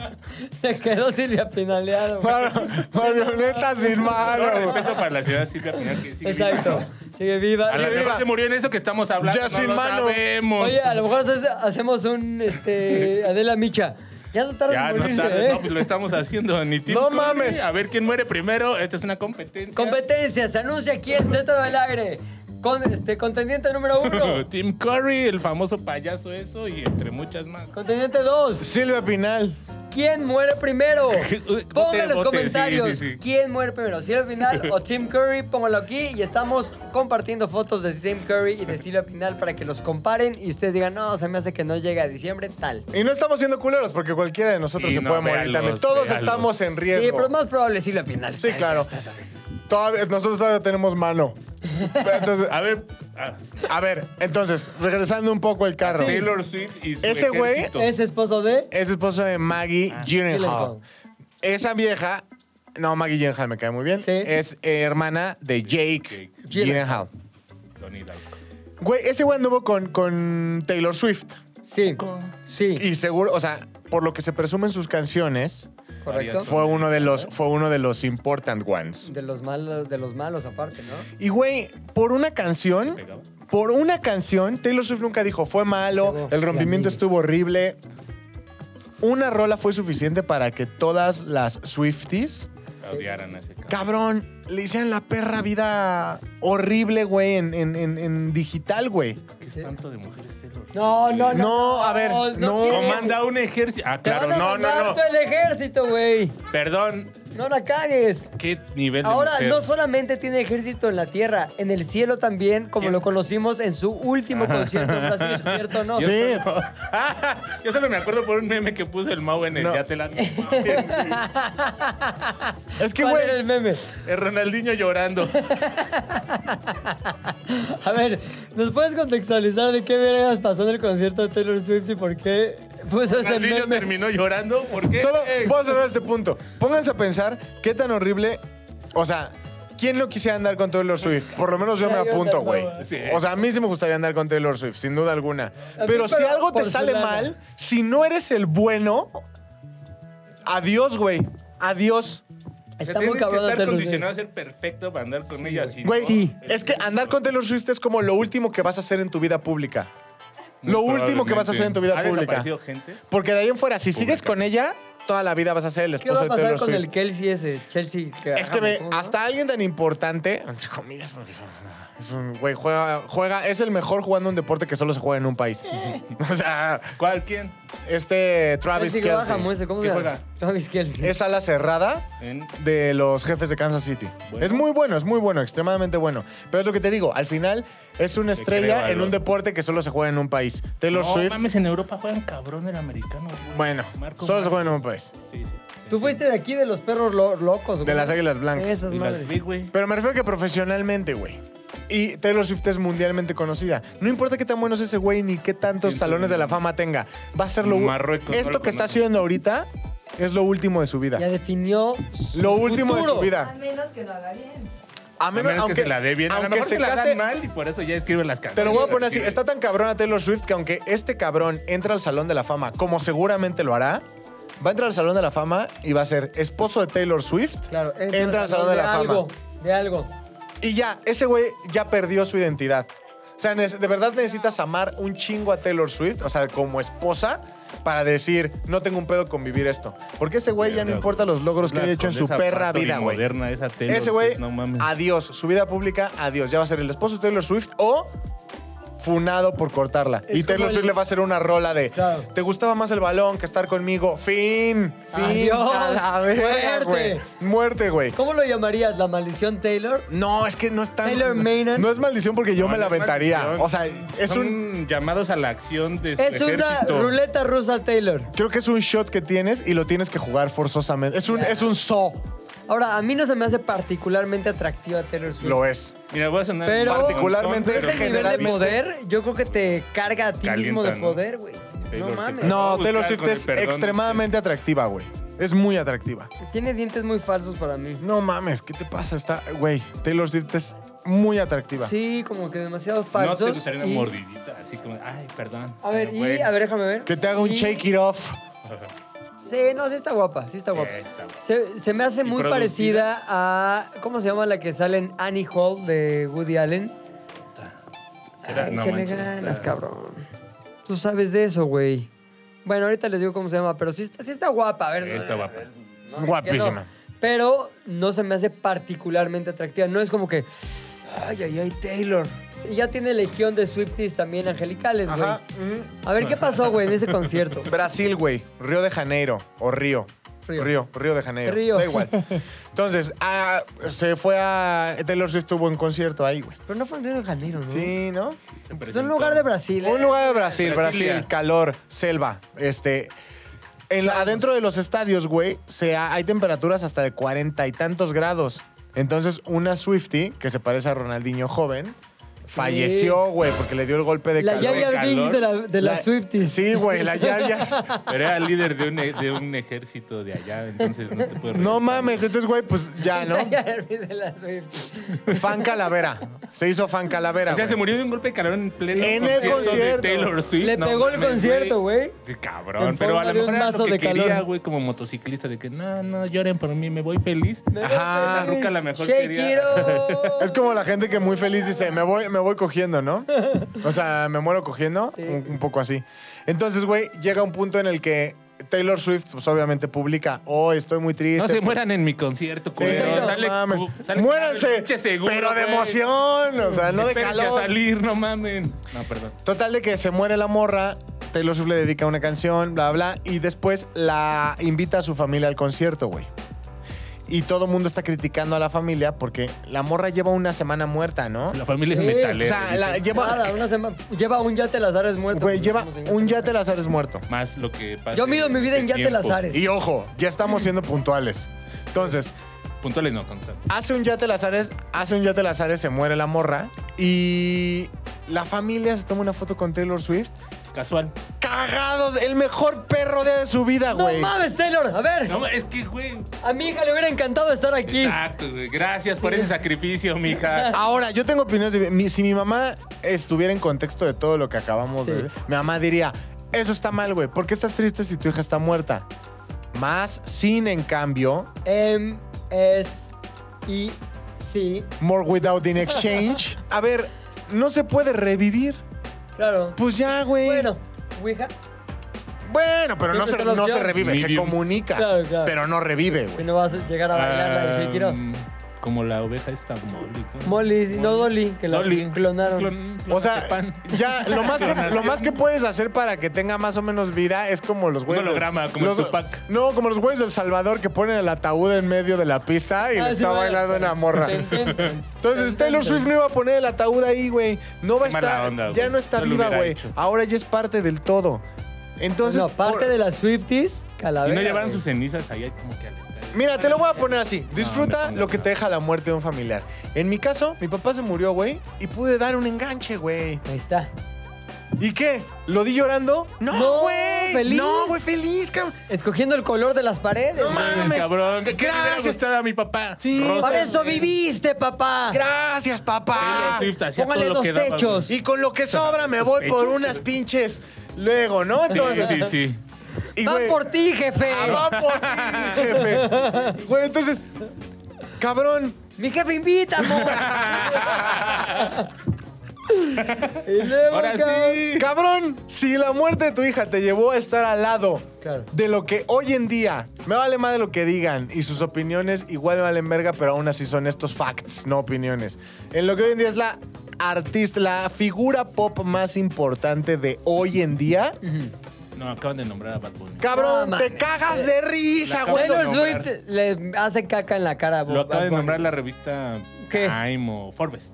[SPEAKER 1] Se quedó Silvia Pinaleado. güey.
[SPEAKER 2] Mar- Marioneta sin
[SPEAKER 3] Todo
[SPEAKER 2] mano. güey.
[SPEAKER 3] respeto para la ciudad de Silvia Pinal que sigue
[SPEAKER 1] Exacto.
[SPEAKER 3] viva.
[SPEAKER 1] Sigue viva.
[SPEAKER 3] A la
[SPEAKER 2] Sigue viva.
[SPEAKER 3] mejor se murió en eso que estamos hablando.
[SPEAKER 2] Ya
[SPEAKER 3] no
[SPEAKER 2] sin
[SPEAKER 3] lo
[SPEAKER 2] mano.
[SPEAKER 3] Sabemos.
[SPEAKER 1] Oye, a lo mejor haces- hacemos un este, Adela Micha. Ya no tarda
[SPEAKER 3] Ya,
[SPEAKER 1] en
[SPEAKER 3] no
[SPEAKER 1] morirse,
[SPEAKER 3] tarde,
[SPEAKER 1] ¿eh?
[SPEAKER 3] no, pues lo estamos haciendo. Ni Tim
[SPEAKER 2] No
[SPEAKER 3] Curry,
[SPEAKER 2] mames.
[SPEAKER 3] A ver quién muere primero. Esta es una competencia.
[SPEAKER 1] Competencia, se anuncia aquí en Centro del Aire. Con, este, contendiente número uno.
[SPEAKER 3] Tim Curry, el famoso payaso eso y entre muchas más.
[SPEAKER 1] contendiente dos.
[SPEAKER 2] Silvia Pinal.
[SPEAKER 1] ¿Quién muere primero?
[SPEAKER 3] Vote,
[SPEAKER 1] Pongan en los
[SPEAKER 3] vote,
[SPEAKER 1] comentarios
[SPEAKER 3] sí, sí, sí.
[SPEAKER 1] quién muere primero, si al final o Tim Curry, pónganlo aquí y estamos compartiendo fotos de Tim Curry y de Silvia Pinal para que los comparen y ustedes digan, no, se me hace que no llega a diciembre, tal.
[SPEAKER 2] Y no estamos siendo culeros porque cualquiera de nosotros
[SPEAKER 3] Sí,
[SPEAKER 2] se
[SPEAKER 3] no,
[SPEAKER 2] puede morir
[SPEAKER 3] véalos,
[SPEAKER 2] también. Todos
[SPEAKER 3] véalos.
[SPEAKER 2] estamos en riesgo.
[SPEAKER 1] Sí, pero es más probable Silvia Pinal.
[SPEAKER 2] Sí,
[SPEAKER 1] Está-
[SPEAKER 2] claro.
[SPEAKER 1] está- está bien.
[SPEAKER 2] Todavía- nosotros todavía tenemos mano. Pero entonces,
[SPEAKER 3] A ver, ah,
[SPEAKER 2] a ver, entonces, regresando un poco al carro.
[SPEAKER 3] Taylor Swift y su
[SPEAKER 2] Ese güey
[SPEAKER 3] ejército.
[SPEAKER 1] Es esposo de...
[SPEAKER 2] Es esposo de Maggie Gyllenhaal.
[SPEAKER 1] Ah, Gyllenhaal.
[SPEAKER 2] Esa vieja, no, Maggie Gyllenhaal me cae muy bien,
[SPEAKER 1] Sí.
[SPEAKER 2] es eh, hermana de Jake
[SPEAKER 3] Jake.
[SPEAKER 2] Gyllenhaal.
[SPEAKER 3] Tony Dalton.
[SPEAKER 2] Güey, ese güey anduvo con, con Taylor Swift.
[SPEAKER 1] Sí, sí,
[SPEAKER 2] Y seguro, o sea, por lo que se presumen sus canciones,
[SPEAKER 1] correcto.
[SPEAKER 3] varias-
[SPEAKER 2] fue uno de los, fue uno de los important ones.
[SPEAKER 1] De los malos, de los malos aparte, ¿no?
[SPEAKER 2] Y güey, por una canción,
[SPEAKER 3] Pegaba.
[SPEAKER 2] por una canción, Taylor Swift nunca dijo fue malo,
[SPEAKER 1] Quedó
[SPEAKER 2] el rompimiento
[SPEAKER 1] flamilla.
[SPEAKER 2] estuvo horrible. Una rola fue suficiente para que todas las Swifties,
[SPEAKER 3] La odiaran a ese cabrón.
[SPEAKER 2] cabrón, le hicieran la perra vida horrible, güey, en, en- en- en digital, güey.
[SPEAKER 3] Qué espanto de mujeres Taylor.
[SPEAKER 1] No, no, no.
[SPEAKER 2] No, a ver, no.
[SPEAKER 1] quiere-
[SPEAKER 3] Comanda un ejército. Ah,
[SPEAKER 1] Te van
[SPEAKER 3] claro,
[SPEAKER 1] a
[SPEAKER 3] no,
[SPEAKER 1] mandar
[SPEAKER 3] no, no.
[SPEAKER 1] todo el ejército, güey.
[SPEAKER 3] Perdón,
[SPEAKER 1] No la cagues.
[SPEAKER 3] ¿qué nivel de
[SPEAKER 1] Ahora
[SPEAKER 3] mujer?
[SPEAKER 1] no solamente tiene ejército en la tierra, en el cielo también, como
[SPEAKER 3] ¿Quién?
[SPEAKER 1] lo conocimos en su último concierto en Brasil, ¿cierto o no?
[SPEAKER 2] Yo- Sí.
[SPEAKER 3] Yo solo me acuerdo por un meme que puso el Mau en el
[SPEAKER 2] No.
[SPEAKER 3] Ya te la...
[SPEAKER 2] Es que,
[SPEAKER 1] ¿Cuál
[SPEAKER 2] güey,
[SPEAKER 1] era el meme?
[SPEAKER 3] El Ronaldinho llorando.
[SPEAKER 1] A ver, ¿nos puedes contextualizar de qué vergas pasó en el concierto de Taylor Swift y por qué puso ese
[SPEAKER 3] Ronaldinho
[SPEAKER 1] meme?
[SPEAKER 3] terminó llorando porque...
[SPEAKER 2] Solo
[SPEAKER 3] Eh,
[SPEAKER 2] vamos a hablar de este punto. Pónganse a pensar qué tan horrible. O sea, ¿quién no quisiera andar con Taylor Swift? Por lo menos yo me
[SPEAKER 1] Ya, yo
[SPEAKER 2] apunto,
[SPEAKER 1] tampoco,
[SPEAKER 2] güey.
[SPEAKER 1] eh.
[SPEAKER 3] Sí.
[SPEAKER 2] O sea, a mí sí me gustaría andar con Taylor Swift, sin duda alguna.
[SPEAKER 1] mí,
[SPEAKER 2] Pero si
[SPEAKER 1] pero
[SPEAKER 2] algo te
[SPEAKER 1] por su
[SPEAKER 2] sale
[SPEAKER 1] lana.
[SPEAKER 2] mal, si no eres el bueno, adiós, güey. Adiós.
[SPEAKER 3] o sea,
[SPEAKER 1] Está muy
[SPEAKER 3] tienes que
[SPEAKER 1] cabrón
[SPEAKER 3] estar
[SPEAKER 1] Taylor
[SPEAKER 3] condicionado
[SPEAKER 1] Swift.
[SPEAKER 3] a ser perfecto para andar con ella así.
[SPEAKER 2] Güey,
[SPEAKER 1] Sí.
[SPEAKER 2] es que andar con Taylor Swift es como lo último que vas a hacer en tu vida pública.
[SPEAKER 3] Muy
[SPEAKER 2] lo último que vas a hacer en tu vida
[SPEAKER 3] ¿Ha
[SPEAKER 2] pública.
[SPEAKER 3] desaparecido gente?
[SPEAKER 2] Porque de ahí en fuera, si sigues
[SPEAKER 3] Pública.
[SPEAKER 2] con ella, toda la vida vas a ser el
[SPEAKER 1] ¿Qué va
[SPEAKER 2] esposo
[SPEAKER 1] a
[SPEAKER 2] de
[SPEAKER 1] pasar
[SPEAKER 2] Taylor
[SPEAKER 1] con
[SPEAKER 2] Swift.
[SPEAKER 1] el Kelsey ese? Chelsea.
[SPEAKER 2] Es que ve,
[SPEAKER 1] ¿cómo no?
[SPEAKER 2] hasta alguien tan importante, entre comillas, porque es un güey, juega, juega, es el mejor jugando un deporte que solo se juega en un país. o sea,
[SPEAKER 3] ¿Cuál? ¿Quién?
[SPEAKER 2] este Travis
[SPEAKER 1] Chelsea Graham,
[SPEAKER 2] Kelce
[SPEAKER 1] ese, ¿cómo se
[SPEAKER 3] ¿Qué
[SPEAKER 1] llama?
[SPEAKER 3] juega?
[SPEAKER 1] Travis Kelsey.
[SPEAKER 2] es ala cerrada
[SPEAKER 3] En-
[SPEAKER 2] de los jefes de Kansas City.
[SPEAKER 3] Bueno.
[SPEAKER 2] Es muy bueno, es muy bueno, extremadamente bueno. Pero es lo que te digo, al final es
[SPEAKER 3] creo
[SPEAKER 2] una
[SPEAKER 3] a
[SPEAKER 2] estrella en
[SPEAKER 3] los-
[SPEAKER 2] un deporte que solo se juega en un país. Taylor
[SPEAKER 3] No,
[SPEAKER 2] Swift,
[SPEAKER 3] mames, en Europa juegan cabrón el americano. güey.
[SPEAKER 2] bueno,
[SPEAKER 3] Marcos
[SPEAKER 2] solo se juega en un
[SPEAKER 3] Marcos.
[SPEAKER 2] país.
[SPEAKER 3] Sí, sí.
[SPEAKER 1] Tú fuiste de aquí de los perros lo- locos, güey.
[SPEAKER 2] De las Águilas Blancas.
[SPEAKER 1] Esas
[SPEAKER 3] Y
[SPEAKER 1] madres.
[SPEAKER 3] las vi, güey.
[SPEAKER 2] Pero me refiero a que profesionalmente, güey. Y Taylor Swift es mundialmente conocida. No importa qué tan bueno es ese güey ni qué tantos
[SPEAKER 3] Siento
[SPEAKER 2] talones de la
[SPEAKER 3] que-
[SPEAKER 2] fama tenga. Va a ser lo
[SPEAKER 3] Marruecos, no
[SPEAKER 2] Esto
[SPEAKER 3] lo
[SPEAKER 2] que está
[SPEAKER 3] conozco.
[SPEAKER 2] haciendo ahorita es lo último de su vida.
[SPEAKER 1] Ya definió
[SPEAKER 2] Lo último de
[SPEAKER 1] futuro.
[SPEAKER 2] su
[SPEAKER 4] A
[SPEAKER 2] vida.
[SPEAKER 4] menos que lo haga bien.
[SPEAKER 2] A
[SPEAKER 3] A
[SPEAKER 2] menos,
[SPEAKER 3] menos
[SPEAKER 2] aunque,
[SPEAKER 3] que se la dé bien. A lo
[SPEAKER 2] aunque
[SPEAKER 3] mejor
[SPEAKER 2] se
[SPEAKER 3] se la
[SPEAKER 2] case.
[SPEAKER 3] dan mal y por eso ya escriben las cartas.
[SPEAKER 2] Te lo voy a poner así. Está tan cabrón a Taylor Swift que aunque este cabrón entra al Salón de la Fama, como seguramente lo hará, va a entrar al Salón de la Fama y va a ser esposo de Taylor Swift.
[SPEAKER 1] Claro,
[SPEAKER 2] entra, al Salón de la Fama.
[SPEAKER 1] algo, De algo.
[SPEAKER 2] Y ya, ese güey ya perdió su identidad. O sea, ne- de verdad necesitas amar un chingo a Taylor Swift, o sea, como esposa, para decir, no tengo un pedo con vivir esto. Porque ese güey ya no
[SPEAKER 3] Verga,
[SPEAKER 2] importa los logros que haya hecho en su perra vida, güey.
[SPEAKER 3] moderna esa Taylor
[SPEAKER 2] Ese güey,
[SPEAKER 3] Swift, No mames.
[SPEAKER 2] adiós. Su vida pública, adiós. Ya va a ser el esposo de Taylor Swift o funado por cortarla.
[SPEAKER 1] Es
[SPEAKER 2] y Taylor
[SPEAKER 1] como
[SPEAKER 2] Swift
[SPEAKER 1] el-
[SPEAKER 2] le va a hacer una rola de,
[SPEAKER 1] Claro.
[SPEAKER 2] te gustaba más el balón que estar conmigo. Fin. Fin.
[SPEAKER 1] Adiós.
[SPEAKER 2] A la verga, güey.
[SPEAKER 1] Muerte.
[SPEAKER 2] Muerte, güey.
[SPEAKER 1] ¿Cómo lo llamarías? ¿La maldición Taylor?
[SPEAKER 2] No, es que no es tan.
[SPEAKER 1] Taylor Maynan.
[SPEAKER 2] No es maldición porque yo
[SPEAKER 3] No,
[SPEAKER 2] me la
[SPEAKER 3] no es
[SPEAKER 2] aventaría.
[SPEAKER 3] maldición.
[SPEAKER 2] O sea, es
[SPEAKER 3] Son
[SPEAKER 2] un.
[SPEAKER 3] llamados a la acción de su
[SPEAKER 1] Es una
[SPEAKER 3] ejército.
[SPEAKER 1] ruleta rusa Taylor.
[SPEAKER 2] Creo que es un shot que tienes y lo tienes que jugar forzosamente. Es un, es un so.
[SPEAKER 1] Ahora, a mí no se me hace particularmente atractiva Taylor Swift.
[SPEAKER 2] Lo es.
[SPEAKER 3] Mira, voy a sonar
[SPEAKER 1] Pero-
[SPEAKER 3] un montón,
[SPEAKER 2] Particularmente
[SPEAKER 3] pero
[SPEAKER 1] Ese nivel de
[SPEAKER 2] generalmente-
[SPEAKER 1] poder, yo creo que te carga a ti
[SPEAKER 3] Calienta,
[SPEAKER 1] mismo de
[SPEAKER 3] ¿no?
[SPEAKER 1] poder, güey. No
[SPEAKER 3] Taylor Swift.
[SPEAKER 1] mames.
[SPEAKER 3] No,
[SPEAKER 2] No,
[SPEAKER 3] buscar
[SPEAKER 2] Taylor
[SPEAKER 3] con
[SPEAKER 2] Swift
[SPEAKER 3] el
[SPEAKER 2] es
[SPEAKER 3] perdón,
[SPEAKER 2] extremadamente atractiva, güey. Es muy atractiva.
[SPEAKER 1] Tiene dientes muy falsos para mí.
[SPEAKER 2] No mames, ¿qué te pasa? Está, güey, Taylor Swift es muy atractiva.
[SPEAKER 1] Sí, como que demasiado
[SPEAKER 3] No te
[SPEAKER 1] falsos.
[SPEAKER 3] gustaría una
[SPEAKER 1] y-
[SPEAKER 3] mordidita, así como, ay, perdón.
[SPEAKER 1] A ver,
[SPEAKER 3] Pero,
[SPEAKER 1] y,
[SPEAKER 3] güey,
[SPEAKER 1] a ver, déjame ver.
[SPEAKER 2] Que te haga un
[SPEAKER 1] Y-
[SPEAKER 2] shake it off.
[SPEAKER 1] Sí, no, sí está guapa, sí está
[SPEAKER 3] Sí,
[SPEAKER 1] guapa.
[SPEAKER 3] está guapa.
[SPEAKER 1] Se, se me hace
[SPEAKER 3] Y
[SPEAKER 1] muy
[SPEAKER 3] producida.
[SPEAKER 1] parecida a. ¿Cómo se llama la que sale en Annie Hall de Woody Allen?
[SPEAKER 3] Era-
[SPEAKER 1] Ay,
[SPEAKER 3] no
[SPEAKER 1] échale
[SPEAKER 3] manches,
[SPEAKER 1] ganas,
[SPEAKER 3] está-
[SPEAKER 1] cabrón. Tú sabes de eso, güey. Bueno, ahorita les digo cómo se llama, pero sí está, sí está guapa, a ver.
[SPEAKER 3] Sí,
[SPEAKER 1] no,
[SPEAKER 3] está
[SPEAKER 1] no,
[SPEAKER 3] guapa.
[SPEAKER 1] no, no,
[SPEAKER 2] Guapísima.
[SPEAKER 1] que no. Pero no se me hace particularmente atractiva. No es como que. Ay, ay, ay, Taylor. Y ya tiene legión de Swifties también angelicales, güey.
[SPEAKER 2] Ajá.
[SPEAKER 1] A ver, ¿qué pasó, güey, en ese concierto?
[SPEAKER 2] Brasil, güey. Río de Janeiro. O Río.
[SPEAKER 1] Río.
[SPEAKER 2] Río. Río, de Janeiro.
[SPEAKER 1] Río.
[SPEAKER 2] Da igual. Entonces, ah, se fue a. Taylor Swift tuvo un concierto ahí, güey.
[SPEAKER 1] Pero no fue en Río de Janeiro, ¿no?
[SPEAKER 2] Sí, ¿no?
[SPEAKER 1] Es un lugar de Brasil.
[SPEAKER 2] Un
[SPEAKER 1] ¿eh?
[SPEAKER 2] lugar de Brasil,
[SPEAKER 3] Brasilia.
[SPEAKER 2] Brasil, calor, selva, este... en la- adentro de los estadios, güey, se ha- hay temperaturas hasta de cuarenta y tantos grados. Entonces, una Swifty, que se parece a Ronaldinho joven, Falleció, güey, porque le dio el golpe de
[SPEAKER 1] La
[SPEAKER 2] calor.
[SPEAKER 1] Yar Yar
[SPEAKER 3] calor.
[SPEAKER 1] Binks de, la, de las Swifties.
[SPEAKER 2] Sí, güey, la Yar Yar.
[SPEAKER 3] Pero era líder de un, e- de un ejército de allá, entonces no te puedes...
[SPEAKER 2] No
[SPEAKER 3] reventar,
[SPEAKER 2] mames, entonces, güey, pues ya, ¿no?
[SPEAKER 1] La Yar Yar Binks de las Swifties.
[SPEAKER 2] Fan calavera. Se hizo fan calavera.
[SPEAKER 3] O sea,
[SPEAKER 2] güey.
[SPEAKER 3] se murió de un golpe de calor en pleno
[SPEAKER 2] Sí, en el
[SPEAKER 3] concierto,
[SPEAKER 2] concierto.
[SPEAKER 3] de Taylor Swift.
[SPEAKER 1] Le pegó el concierto, güey.
[SPEAKER 3] Sí,
[SPEAKER 1] En
[SPEAKER 3] cabrón, pero
[SPEAKER 1] forma
[SPEAKER 3] a lo
[SPEAKER 1] de un
[SPEAKER 3] mejor era
[SPEAKER 1] mazo
[SPEAKER 3] lo que
[SPEAKER 1] de
[SPEAKER 3] quería,
[SPEAKER 1] calor.
[SPEAKER 3] güey, como motociclista, de que no, no, lloren por mí, me voy feliz.
[SPEAKER 2] Ajá.
[SPEAKER 3] Esa ruca a lo mejor
[SPEAKER 1] Shake
[SPEAKER 3] quería-
[SPEAKER 1] it off.
[SPEAKER 2] Es como la gente que muy feliz dice, me voy, me voy cogiendo, ¿no? O sea, me muero cogiendo,
[SPEAKER 1] Sí.
[SPEAKER 2] un, un poco así. Entonces, güey, llega un punto en el que Taylor Swift, pues obviamente publica, oh, estoy muy triste.
[SPEAKER 3] No se mueran en mi concierto, culero.
[SPEAKER 2] Pero,
[SPEAKER 1] no
[SPEAKER 3] sale,
[SPEAKER 2] mamen.
[SPEAKER 3] cu- sale
[SPEAKER 2] Muéranse,
[SPEAKER 3] pinche seguro,
[SPEAKER 2] pero de
[SPEAKER 3] güey.
[SPEAKER 2] emoción, o sea, no de
[SPEAKER 3] Espérense a
[SPEAKER 2] calor.
[SPEAKER 3] salir, no mamen. No, perdón.
[SPEAKER 2] Total de que se muere la morra, Taylor Swift le dedica una canción, bla, bla, y después la invita a su familia al concierto, güey. Y todo el mundo está criticando a la familia porque la morra lleva una semana muerta, ¿no?
[SPEAKER 3] La familia es
[SPEAKER 1] Sí.
[SPEAKER 2] O
[SPEAKER 3] metalera.
[SPEAKER 2] sea, la-
[SPEAKER 3] dicen.
[SPEAKER 2] lleva,
[SPEAKER 1] Nada, una semana. Lleva un yate Lazares muerto. pues,
[SPEAKER 2] güey, lleva
[SPEAKER 1] Estamos en-
[SPEAKER 2] un yate Lazares muerto.
[SPEAKER 3] Más lo que pasa.
[SPEAKER 1] Yo mido mi vida en yate Lazares.
[SPEAKER 2] Y ojo, ya estamos siendo puntuales. Entonces,
[SPEAKER 3] Puntuales no, constante.
[SPEAKER 2] hace un yate Lazares, hace un yate Lazares, se muere la morra y la familia se toma una foto con Taylor Swift.
[SPEAKER 3] Casual.
[SPEAKER 2] Cagados, el mejor perro día de su vida,
[SPEAKER 1] No
[SPEAKER 2] güey.
[SPEAKER 1] mames, Taylor. A ver,
[SPEAKER 3] No, es que, güey.
[SPEAKER 1] a mi hija le hubiera encantado estar aquí.
[SPEAKER 3] Exacto, güey. Gracias por ese sacrificio, mija.
[SPEAKER 2] Ahora, yo tengo opiniones. de- mi- si mi mamá estuviera en contexto de todo lo que acabamos de
[SPEAKER 1] Sí.
[SPEAKER 2] ver, mi mamá diría: Eso está mal, güey. ¿Por qué estás triste si tu hija está muerta? Más sin, en cambio,
[SPEAKER 1] M, S, I, C.
[SPEAKER 2] more without in exchange. A ver, no se puede revivir.
[SPEAKER 1] Claro.
[SPEAKER 2] Pues ya, güey.
[SPEAKER 1] Bueno, Ouija.
[SPEAKER 2] Bueno, pero no
[SPEAKER 1] Siempre
[SPEAKER 2] se,
[SPEAKER 1] está la
[SPEAKER 2] no se
[SPEAKER 1] opción.
[SPEAKER 2] revive, se
[SPEAKER 3] Mediums.
[SPEAKER 2] comunica.
[SPEAKER 1] Claro, claro.
[SPEAKER 2] Pero no revive,
[SPEAKER 1] Que
[SPEAKER 2] güey.
[SPEAKER 1] no vas a llegar a bailar la de Shake It Off.
[SPEAKER 3] Ah, Como la oveja esta, Molly. ¿cómo?
[SPEAKER 1] Molly, no Dolly, que la
[SPEAKER 3] Dolly.
[SPEAKER 1] clonaron.
[SPEAKER 3] Clon- clon-
[SPEAKER 2] O sea,
[SPEAKER 3] pan.
[SPEAKER 2] ya lo más, que, lo más que puedes hacer para que tenga más o menos vida es como los güeyes. del-
[SPEAKER 3] holograma, como el
[SPEAKER 2] los-
[SPEAKER 3] Tupac.
[SPEAKER 2] No, como los güeyes del Salvador que ponen el ataúd en medio de la pista y
[SPEAKER 1] Ah,
[SPEAKER 2] le
[SPEAKER 1] sí,
[SPEAKER 2] está
[SPEAKER 1] bueno.
[SPEAKER 2] bailando una morra.
[SPEAKER 1] Ten, ten, ten.
[SPEAKER 2] Entonces
[SPEAKER 1] Ten,
[SPEAKER 2] Taylor
[SPEAKER 1] ten,
[SPEAKER 2] Swift no iba a poner el ataúd ahí, güey. No va a
[SPEAKER 3] Qué mala
[SPEAKER 2] estar.
[SPEAKER 3] onda,
[SPEAKER 2] ya
[SPEAKER 3] güey.
[SPEAKER 2] no está
[SPEAKER 3] No lo
[SPEAKER 2] viva,
[SPEAKER 3] hubiera
[SPEAKER 2] güey.
[SPEAKER 3] hecho.
[SPEAKER 2] Ahora ya es parte del todo. Entonces.
[SPEAKER 1] no, parte
[SPEAKER 2] por-
[SPEAKER 1] de las Swifties,
[SPEAKER 3] Y
[SPEAKER 1] calavera.
[SPEAKER 3] no llevaron
[SPEAKER 1] güey.
[SPEAKER 3] sus cenizas ahí como que al estadio.
[SPEAKER 2] Mira, te lo voy a poner así.
[SPEAKER 3] me
[SPEAKER 2] Disfruta
[SPEAKER 3] pongas
[SPEAKER 2] lo que
[SPEAKER 3] nada.
[SPEAKER 2] te deja la muerte de un familiar. En mi caso, mi papá se murió, güey, y pude dar un enganche, güey.
[SPEAKER 1] Ahí está.
[SPEAKER 2] ¿Y qué? ¿Lo di llorando?
[SPEAKER 1] No,
[SPEAKER 2] No, güey.
[SPEAKER 1] feliz.
[SPEAKER 2] No, güey, feliz, cabrón.
[SPEAKER 1] Escogiendo el color de las paredes.
[SPEAKER 2] No
[SPEAKER 1] güey.
[SPEAKER 2] mames.
[SPEAKER 3] cabrón. ¿Qué
[SPEAKER 2] Gracias.
[SPEAKER 3] gracias. a mi papá.
[SPEAKER 2] Sí.
[SPEAKER 1] Para eso
[SPEAKER 3] güey.
[SPEAKER 1] viviste, papá.
[SPEAKER 2] Gracias, papá.
[SPEAKER 3] Taylor Swift hacía
[SPEAKER 1] Póngale
[SPEAKER 3] todo lo
[SPEAKER 1] dos
[SPEAKER 3] que daba,
[SPEAKER 1] techos.
[SPEAKER 3] güey.
[SPEAKER 2] Y con lo que sobra me voy por unas pinches luego, ¿no? Entonces,
[SPEAKER 3] Sí, sí, sí.
[SPEAKER 2] y,
[SPEAKER 1] Va
[SPEAKER 2] güey,
[SPEAKER 1] por ti, jefe.
[SPEAKER 2] ah, va por ti, jefe. Güey, entonces, cabrón.
[SPEAKER 1] Mi jefe invita, amor. y luego,
[SPEAKER 3] Ahora
[SPEAKER 1] cabrón.
[SPEAKER 3] sí.
[SPEAKER 2] Cabrón, si la muerte de tu hija te llevó a estar al lado
[SPEAKER 1] Claro.
[SPEAKER 2] de lo que hoy en día me vale más de lo que digan y sus opiniones igual me valen verga, pero aún así son estos facts, no opiniones. En lo que hoy en día es la artista, la figura pop más importante de hoy en día.
[SPEAKER 3] No, acaban de nombrar a Bad Bunny.
[SPEAKER 2] Cabrón,
[SPEAKER 1] No,
[SPEAKER 2] te
[SPEAKER 1] mames.
[SPEAKER 2] cagas de risa,
[SPEAKER 3] La
[SPEAKER 2] güey.
[SPEAKER 3] acabo
[SPEAKER 1] Taylor
[SPEAKER 3] de nombrar.
[SPEAKER 1] Swift le hace caca en la cara. a
[SPEAKER 3] Lo acaba
[SPEAKER 1] Bad
[SPEAKER 3] de
[SPEAKER 1] Bunny.
[SPEAKER 3] nombrar la revista
[SPEAKER 1] ¿Qué?
[SPEAKER 3] Time o Forbes.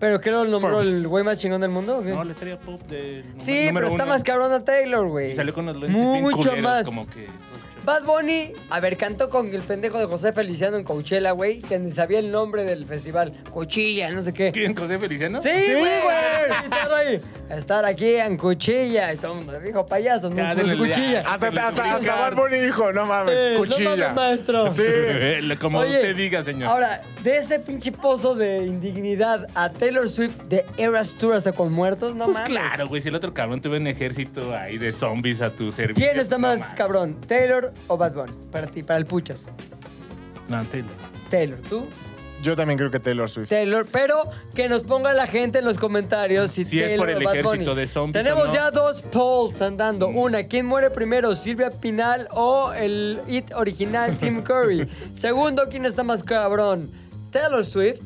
[SPEAKER 1] ¿Pero qué lo nombró
[SPEAKER 2] Forbes.
[SPEAKER 1] el güey más chingón del mundo? o qué?
[SPEAKER 3] No, la estrella pop del número-
[SPEAKER 1] sí, pero
[SPEAKER 3] número
[SPEAKER 1] está
[SPEAKER 3] uno.
[SPEAKER 1] más cabrón a Taylor, güey.
[SPEAKER 3] Y salió con los lentes
[SPEAKER 1] Mu-
[SPEAKER 3] bien
[SPEAKER 1] Mucho
[SPEAKER 3] culeros,
[SPEAKER 1] más.
[SPEAKER 3] como que todos chuecos.
[SPEAKER 1] Bad Bunny, a ver, cantó con el pendejo de José Feliciano en Coachella, güey, que ni sabía el nombre del festival. Cochilla, no sé qué.
[SPEAKER 3] ¿Quién? José Feliciano?
[SPEAKER 1] Sí,
[SPEAKER 2] Sí,
[SPEAKER 1] güey.
[SPEAKER 2] güey.
[SPEAKER 1] Estar ahí. Estar aquí en cuchilla. Y todo el mundo dijo payaso, no,
[SPEAKER 3] Ya,
[SPEAKER 1] no es
[SPEAKER 3] denle ya.
[SPEAKER 1] cuchilla.
[SPEAKER 2] Hasta,
[SPEAKER 3] Se le ah,
[SPEAKER 2] hasta, hasta,
[SPEAKER 3] suplica.
[SPEAKER 2] Bad Bunny dijo, no mames,
[SPEAKER 1] Eh, no
[SPEAKER 2] cuchilla.
[SPEAKER 1] mames, maestro.
[SPEAKER 2] Sí.
[SPEAKER 3] Eh, Como
[SPEAKER 1] Oye,
[SPEAKER 3] usted diga, señor.
[SPEAKER 1] Ahora, de ese pinche pozo de indignidad a Taylor Swift de Eras Tour hasta con muertos, no
[SPEAKER 3] pues
[SPEAKER 1] mames.
[SPEAKER 3] claro, güey. Si el otro cabrón tuvo un ejército ahí de zombies a tu servicio.
[SPEAKER 1] ¿Quién está
[SPEAKER 3] No
[SPEAKER 1] más
[SPEAKER 3] mames.
[SPEAKER 1] cabrón, Taylor o Bad Bunny? Para ti, para el Puchas.
[SPEAKER 3] No, Taylor.
[SPEAKER 1] Taylor, tú.
[SPEAKER 2] Yo también creo que Taylor Swift.
[SPEAKER 1] Taylor, pero que nos ponga la gente en los comentarios si,
[SPEAKER 3] Si es
[SPEAKER 1] Taylor
[SPEAKER 3] por el
[SPEAKER 1] o Bad
[SPEAKER 3] ejército
[SPEAKER 1] Bunny.
[SPEAKER 3] de zombies
[SPEAKER 1] Tenemos
[SPEAKER 3] o no. Mm.
[SPEAKER 1] ya dos polls andando. Una, ¿quién muere primero, Silvia Pinal o el hit original Tim Curry? Segundo, ¿quién está más cabrón, Taylor Swift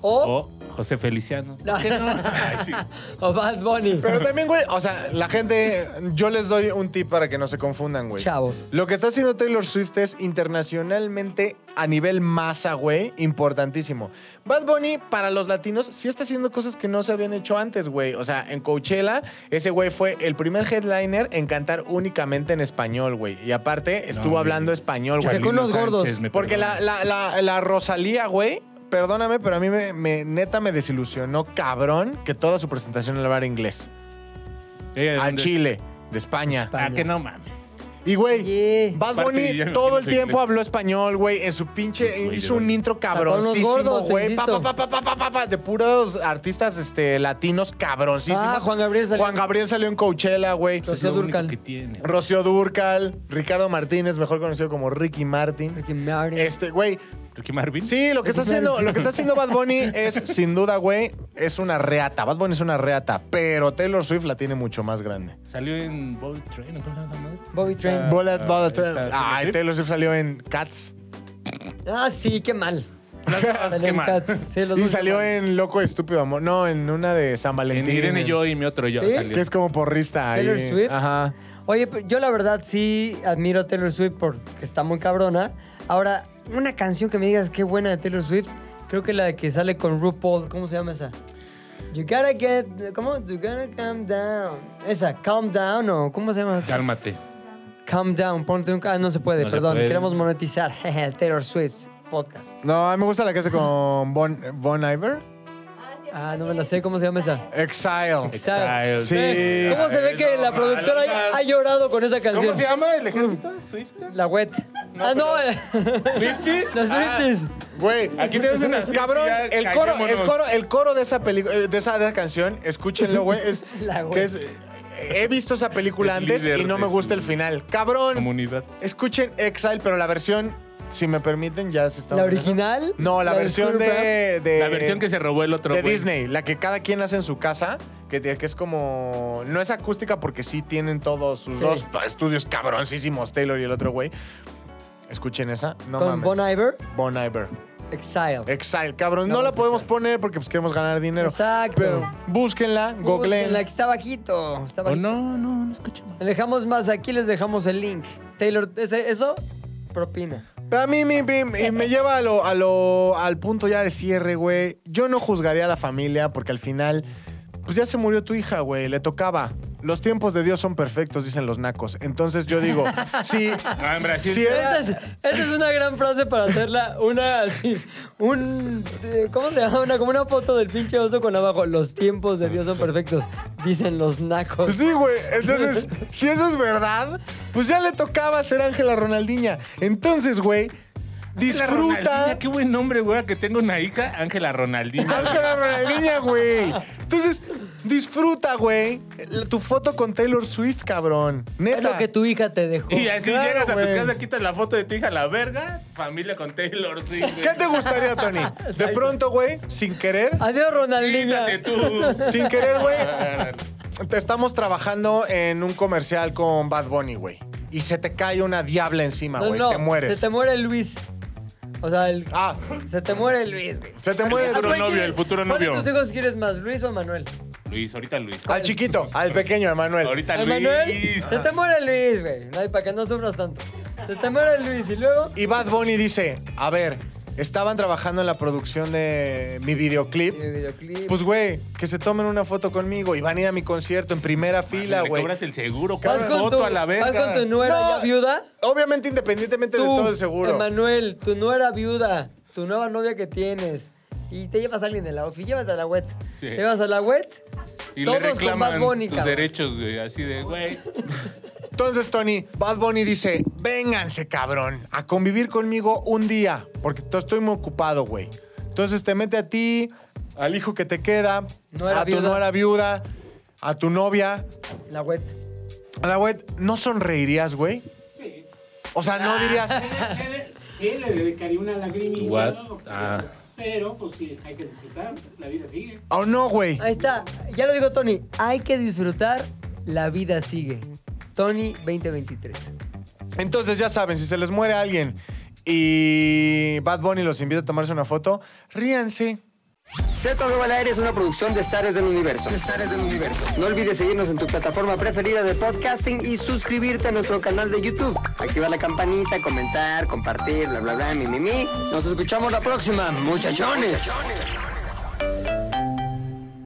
[SPEAKER 1] o,
[SPEAKER 3] O José Feliciano.
[SPEAKER 1] No.
[SPEAKER 3] ¿Por qué no? Oh. Ay, sí.
[SPEAKER 1] o Bad Bunny?
[SPEAKER 2] Pero también, güey, o sea, la gente, yo les doy un tip para que no se confundan, güey.
[SPEAKER 1] Chavos.
[SPEAKER 2] Lo que está haciendo Taylor Swift es internacionalmente a nivel masa, güey, importantísimo. Bad Bunny, para los latinos, sí está haciendo cosas que no se habían hecho antes, güey. O sea, en Coachella, ese güey fue el primer headliner en cantar únicamente en español, güey. Y aparte, estuvo
[SPEAKER 3] güey.
[SPEAKER 2] hablando español,
[SPEAKER 1] Se
[SPEAKER 2] güey.
[SPEAKER 1] con unos gordos.
[SPEAKER 3] me
[SPEAKER 2] Porque la,
[SPEAKER 3] perdonas.
[SPEAKER 2] la, la, la Rosalía, güey, perdóname, pero a mí me, me- neta me desilusionó cabrón que toda su presentación la era inglés.
[SPEAKER 3] Ella de
[SPEAKER 2] A
[SPEAKER 3] Eh, dónde es?
[SPEAKER 2] Chile, de España.
[SPEAKER 1] España.
[SPEAKER 3] Ah, que no mames.
[SPEAKER 2] Y güey,
[SPEAKER 1] Oye.
[SPEAKER 2] Bad
[SPEAKER 3] Aparte, yo
[SPEAKER 2] Bunny
[SPEAKER 3] me
[SPEAKER 2] todo
[SPEAKER 3] imagino
[SPEAKER 2] el
[SPEAKER 3] su
[SPEAKER 2] tiempo
[SPEAKER 3] inglés.
[SPEAKER 2] habló español, güey, en su pinche
[SPEAKER 3] Pues, güey,
[SPEAKER 2] hizo
[SPEAKER 3] de
[SPEAKER 2] un
[SPEAKER 3] dónde.
[SPEAKER 2] intro
[SPEAKER 1] a los
[SPEAKER 2] cabroncísimo,
[SPEAKER 1] gordos, te
[SPEAKER 2] güey, pa,
[SPEAKER 1] insisto.
[SPEAKER 2] pa, pa, pa, pa, pa, pa, de puros artistas este latinos cabroncísimos.
[SPEAKER 1] Ah, Juan Gabriel salió.
[SPEAKER 2] Juan Gabriel salió en Coachella, güey.
[SPEAKER 1] Pues,
[SPEAKER 3] Es lo
[SPEAKER 1] Rocío
[SPEAKER 3] único
[SPEAKER 1] Dúrcal.
[SPEAKER 3] que tiene.
[SPEAKER 2] Rocío Dúrcal, Ricardo Martínez, mejor conocido como Ricky Martin.
[SPEAKER 1] Ricky Martin.
[SPEAKER 2] Este, güey,
[SPEAKER 3] Ricky Marvin.
[SPEAKER 2] Sí, lo que está haciendo, lo que está haciendo Bad Bunny es, sin duda, güey, es una reata. Bad Bunny es una reata, pero Taylor Swift la tiene mucho más grande.
[SPEAKER 3] Salió en Bobby Train. ¿o ¿Cómo se llama? esa madre?
[SPEAKER 1] Bobby
[SPEAKER 3] Esta- ah,
[SPEAKER 1] Train.
[SPEAKER 2] Bullet, Bullet,
[SPEAKER 3] esta-
[SPEAKER 2] Train. Ay, Taylor Swift salió en Cats.
[SPEAKER 1] Ah, sí, qué mal.
[SPEAKER 3] Las
[SPEAKER 1] Salió
[SPEAKER 3] dos, Ah, qué
[SPEAKER 1] en
[SPEAKER 3] mal.
[SPEAKER 1] Cats. Sí, los
[SPEAKER 2] Y
[SPEAKER 1] dos,
[SPEAKER 2] salió
[SPEAKER 1] qué mal.
[SPEAKER 2] en Loco Estúpido Amor. No, en una de San Valentín.
[SPEAKER 3] En Irene, yo y mi otro yo
[SPEAKER 1] ¿Sí?
[SPEAKER 3] salió.
[SPEAKER 2] Que es como porrista. ahí.
[SPEAKER 1] Taylor Swift.
[SPEAKER 2] Ajá.
[SPEAKER 1] Oye, pero yo la verdad sí admiro a Taylor Swift porque está muy cabrona. Ahora, una canción que me digas qué buena de Taylor Swift, creo que la que sale con RuPaul, ¿cómo se llama esa? You gotta get, ¿cómo? You gotta calm down. Esa, calm down o ¿cómo se llama?
[SPEAKER 3] Cálmate.
[SPEAKER 1] Calm down, ponte un... Ah, no se puede,
[SPEAKER 3] No se
[SPEAKER 1] perdón,
[SPEAKER 3] puede.
[SPEAKER 1] queremos monetizar jeje, Taylor Swift podcast.
[SPEAKER 2] No, a mí me gusta la que hace con Bon, bon Iver.
[SPEAKER 1] Ah, no me la sé, ¿cómo se llama esa?
[SPEAKER 2] Exile.
[SPEAKER 3] Exile.
[SPEAKER 2] Sí.
[SPEAKER 1] Eh, ¿Cómo se ve que la productora ha, ha llorado con esa canción?
[SPEAKER 3] ¿Cómo se llama el ejército? ¿Swifter?
[SPEAKER 1] La wet. ah, no,
[SPEAKER 3] ¿Swifties? Ah.
[SPEAKER 1] las Swifties.
[SPEAKER 2] Güey,
[SPEAKER 3] Aquí tenemos una
[SPEAKER 2] Cabrón,
[SPEAKER 3] ya
[SPEAKER 2] el coro, el
[SPEAKER 3] callémonos.
[SPEAKER 2] coro, el coro de esa película, de esa, de esa canción, escúchenlo, güey. Es,
[SPEAKER 1] La güey.
[SPEAKER 2] que es- eh, he visto esa película
[SPEAKER 3] El
[SPEAKER 2] antes
[SPEAKER 3] líder
[SPEAKER 2] y no
[SPEAKER 3] de
[SPEAKER 2] me gusta
[SPEAKER 3] su
[SPEAKER 2] el final. Cabrón,
[SPEAKER 3] Comunidad.
[SPEAKER 2] escuchen Exile, pero la versión, si me permiten, ya se está.
[SPEAKER 1] ¿La original?
[SPEAKER 2] No, la,
[SPEAKER 1] de
[SPEAKER 2] versión
[SPEAKER 1] Scooter Braun?
[SPEAKER 2] de, de-
[SPEAKER 3] La versión que se robó el otro
[SPEAKER 2] de
[SPEAKER 3] güey.
[SPEAKER 2] Disney, la que cada quien hace en su casa, que, tiene- que es como. No es acústica porque sí tienen todos sus
[SPEAKER 1] Sí.
[SPEAKER 2] dos estudios cabroncísimos, Taylor y el otro güey. Escuchen esa, no
[SPEAKER 1] con
[SPEAKER 2] mames.
[SPEAKER 1] Bon Iver,
[SPEAKER 2] bon Iver.
[SPEAKER 1] Exile.
[SPEAKER 2] Exile, cabrón. No,
[SPEAKER 1] No,
[SPEAKER 2] la
[SPEAKER 1] sí,
[SPEAKER 2] podemos
[SPEAKER 1] claro.
[SPEAKER 2] poner porque pues queremos ganar dinero.
[SPEAKER 1] Exacto.
[SPEAKER 2] Pero búsquenla, googleen.
[SPEAKER 1] La que está bajito. Está
[SPEAKER 3] Oh,
[SPEAKER 1] bajito.
[SPEAKER 3] no, no, no escuché mal.
[SPEAKER 1] Le dejamos más, aquí les dejamos el link. Taylor, ese- eso, propina.
[SPEAKER 2] Pero a mí mi- mi- mi- me lleva a lo, a lo- al punto ya de cierre, güey. Yo no juzgaría a la familia porque al final, pues ya se murió tu hija, güey. Le tocaba. Los tiempos de Dios son perfectos, dicen los nacos. Entonces yo digo, sí.
[SPEAKER 3] Ah, en Brasil.
[SPEAKER 2] Sí, eh.
[SPEAKER 1] Esa es, esa es una gran frase para hacerla una así, un, eh, ¿cómo se llama? Una, como una foto del pinche oso con abajo. Los tiempos de Dios son perfectos, dicen los nacos.
[SPEAKER 2] Pues Sí, güey. Entonces, si eso es verdad, pues ya le tocaba ser Ángela Ronaldiña. Entonces, güey,
[SPEAKER 3] Ángela
[SPEAKER 2] disfruta.
[SPEAKER 3] Ronaldinha, Qué buen nombre, güey, que tengo una hija, Ángela Ronaldinha.
[SPEAKER 2] Ángela Ronaldinha, güey. Entonces, disfruta, güey, la- tu foto con Taylor Swift, cabrón. Neta.
[SPEAKER 1] Es lo que tu hija te dejó.
[SPEAKER 3] Y así
[SPEAKER 2] Claro,
[SPEAKER 3] llegas a tu
[SPEAKER 2] güey.
[SPEAKER 3] casa, quitas la foto de tu hija a la verga, familia con Taylor Swift. güey.
[SPEAKER 2] ¿Qué te gustaría, Tony? De pronto, güey, sin querer,
[SPEAKER 1] Adiós, Ronaldinha.
[SPEAKER 3] Quítate tú.
[SPEAKER 2] sin querer, güey, te estamos trabajando en un comercial con Bad Bunny, güey. Y se te cae una diabla encima,
[SPEAKER 1] No,
[SPEAKER 2] güey.
[SPEAKER 1] no,
[SPEAKER 2] te mueres.
[SPEAKER 1] se te muere Luis. O sea, el-
[SPEAKER 2] Ah,
[SPEAKER 1] se te muere Luis, güey.
[SPEAKER 2] se te
[SPEAKER 3] El
[SPEAKER 2] muere
[SPEAKER 3] futuro
[SPEAKER 1] ¿A cuál
[SPEAKER 3] novio,
[SPEAKER 1] quieres?
[SPEAKER 3] el futuro
[SPEAKER 1] ¿Cuál de
[SPEAKER 3] novio.
[SPEAKER 1] tus hijos quieres más, Luis o Manuel?
[SPEAKER 3] Luis, ahorita Luis.
[SPEAKER 2] al chiquito, al pequeño, Emanuel.
[SPEAKER 3] Ahorita
[SPEAKER 1] ¿A
[SPEAKER 3] Luis.
[SPEAKER 1] Manuel? Se te muere Luis, güey. Ay, para que no sufras tanto. Se te muere Luis y luego...
[SPEAKER 2] Y Bad Bunny dice, a ver, estaban trabajando en la producción de mi videoclip.
[SPEAKER 1] Y el videoclip.
[SPEAKER 2] Pues, güey, que se tomen una foto conmigo y van a ir a mi concierto en primera fila,
[SPEAKER 3] Le
[SPEAKER 2] güey.
[SPEAKER 3] cobras el seguro,
[SPEAKER 1] vas
[SPEAKER 3] cada
[SPEAKER 1] con
[SPEAKER 3] foto
[SPEAKER 1] tu-
[SPEAKER 3] a la verga.
[SPEAKER 1] Vas con tu nuera
[SPEAKER 2] No,
[SPEAKER 1] ya viuda.
[SPEAKER 2] Obviamente, independientemente de
[SPEAKER 1] Tú,
[SPEAKER 2] todo el seguro.
[SPEAKER 1] Emanuel, tu nuera viuda, tu nueva novia que tienes. Y te llevas a alguien de la ofi, llévate a la wet.
[SPEAKER 3] Sí.
[SPEAKER 1] Te llevas a la wet.
[SPEAKER 3] Y le
[SPEAKER 1] todos con Bad
[SPEAKER 3] reclaman
[SPEAKER 1] Bunny,
[SPEAKER 3] tus
[SPEAKER 1] cabrón.
[SPEAKER 3] derechos, güey. Así de, güey.
[SPEAKER 2] Entonces, Tony, Bad Bunny dice: Vénganse, cabrón, a convivir conmigo un día, porque to- estoy muy ocupado, güey. Entonces te mete a ti, al hijo que te queda,
[SPEAKER 1] Nuera
[SPEAKER 2] a tu
[SPEAKER 1] viuda.
[SPEAKER 2] nuera viuda, a tu novia.
[SPEAKER 1] La wet.
[SPEAKER 2] A la web, ¿no sonreirías, güey? O sea, no dirías.
[SPEAKER 4] Sí, le dedicaría una lagrimita.
[SPEAKER 3] What?
[SPEAKER 4] ¿no?
[SPEAKER 3] Ah.
[SPEAKER 4] Pero, pues sí, hay que disfrutar. La vida sigue.
[SPEAKER 2] O no, güey.
[SPEAKER 1] Ahí está. Ya lo dijo Tony. Hay que disfrutar. La vida sigue. Tony 2023.
[SPEAKER 2] Entonces, ya saben, si se les muere alguien y Bad Bunny los invita a tomarse una foto, ríanse.
[SPEAKER 5] Z2 al aire es una producción de Zares del Universo. De Zares del Universo. No olvides seguirnos en tu plataforma preferida de podcasting y suscribirte a nuestro canal de YouTube. Activar la campanita, comentar, compartir, bla, bla, bla, mi, mi, mi. Nos escuchamos la próxima, muchachones.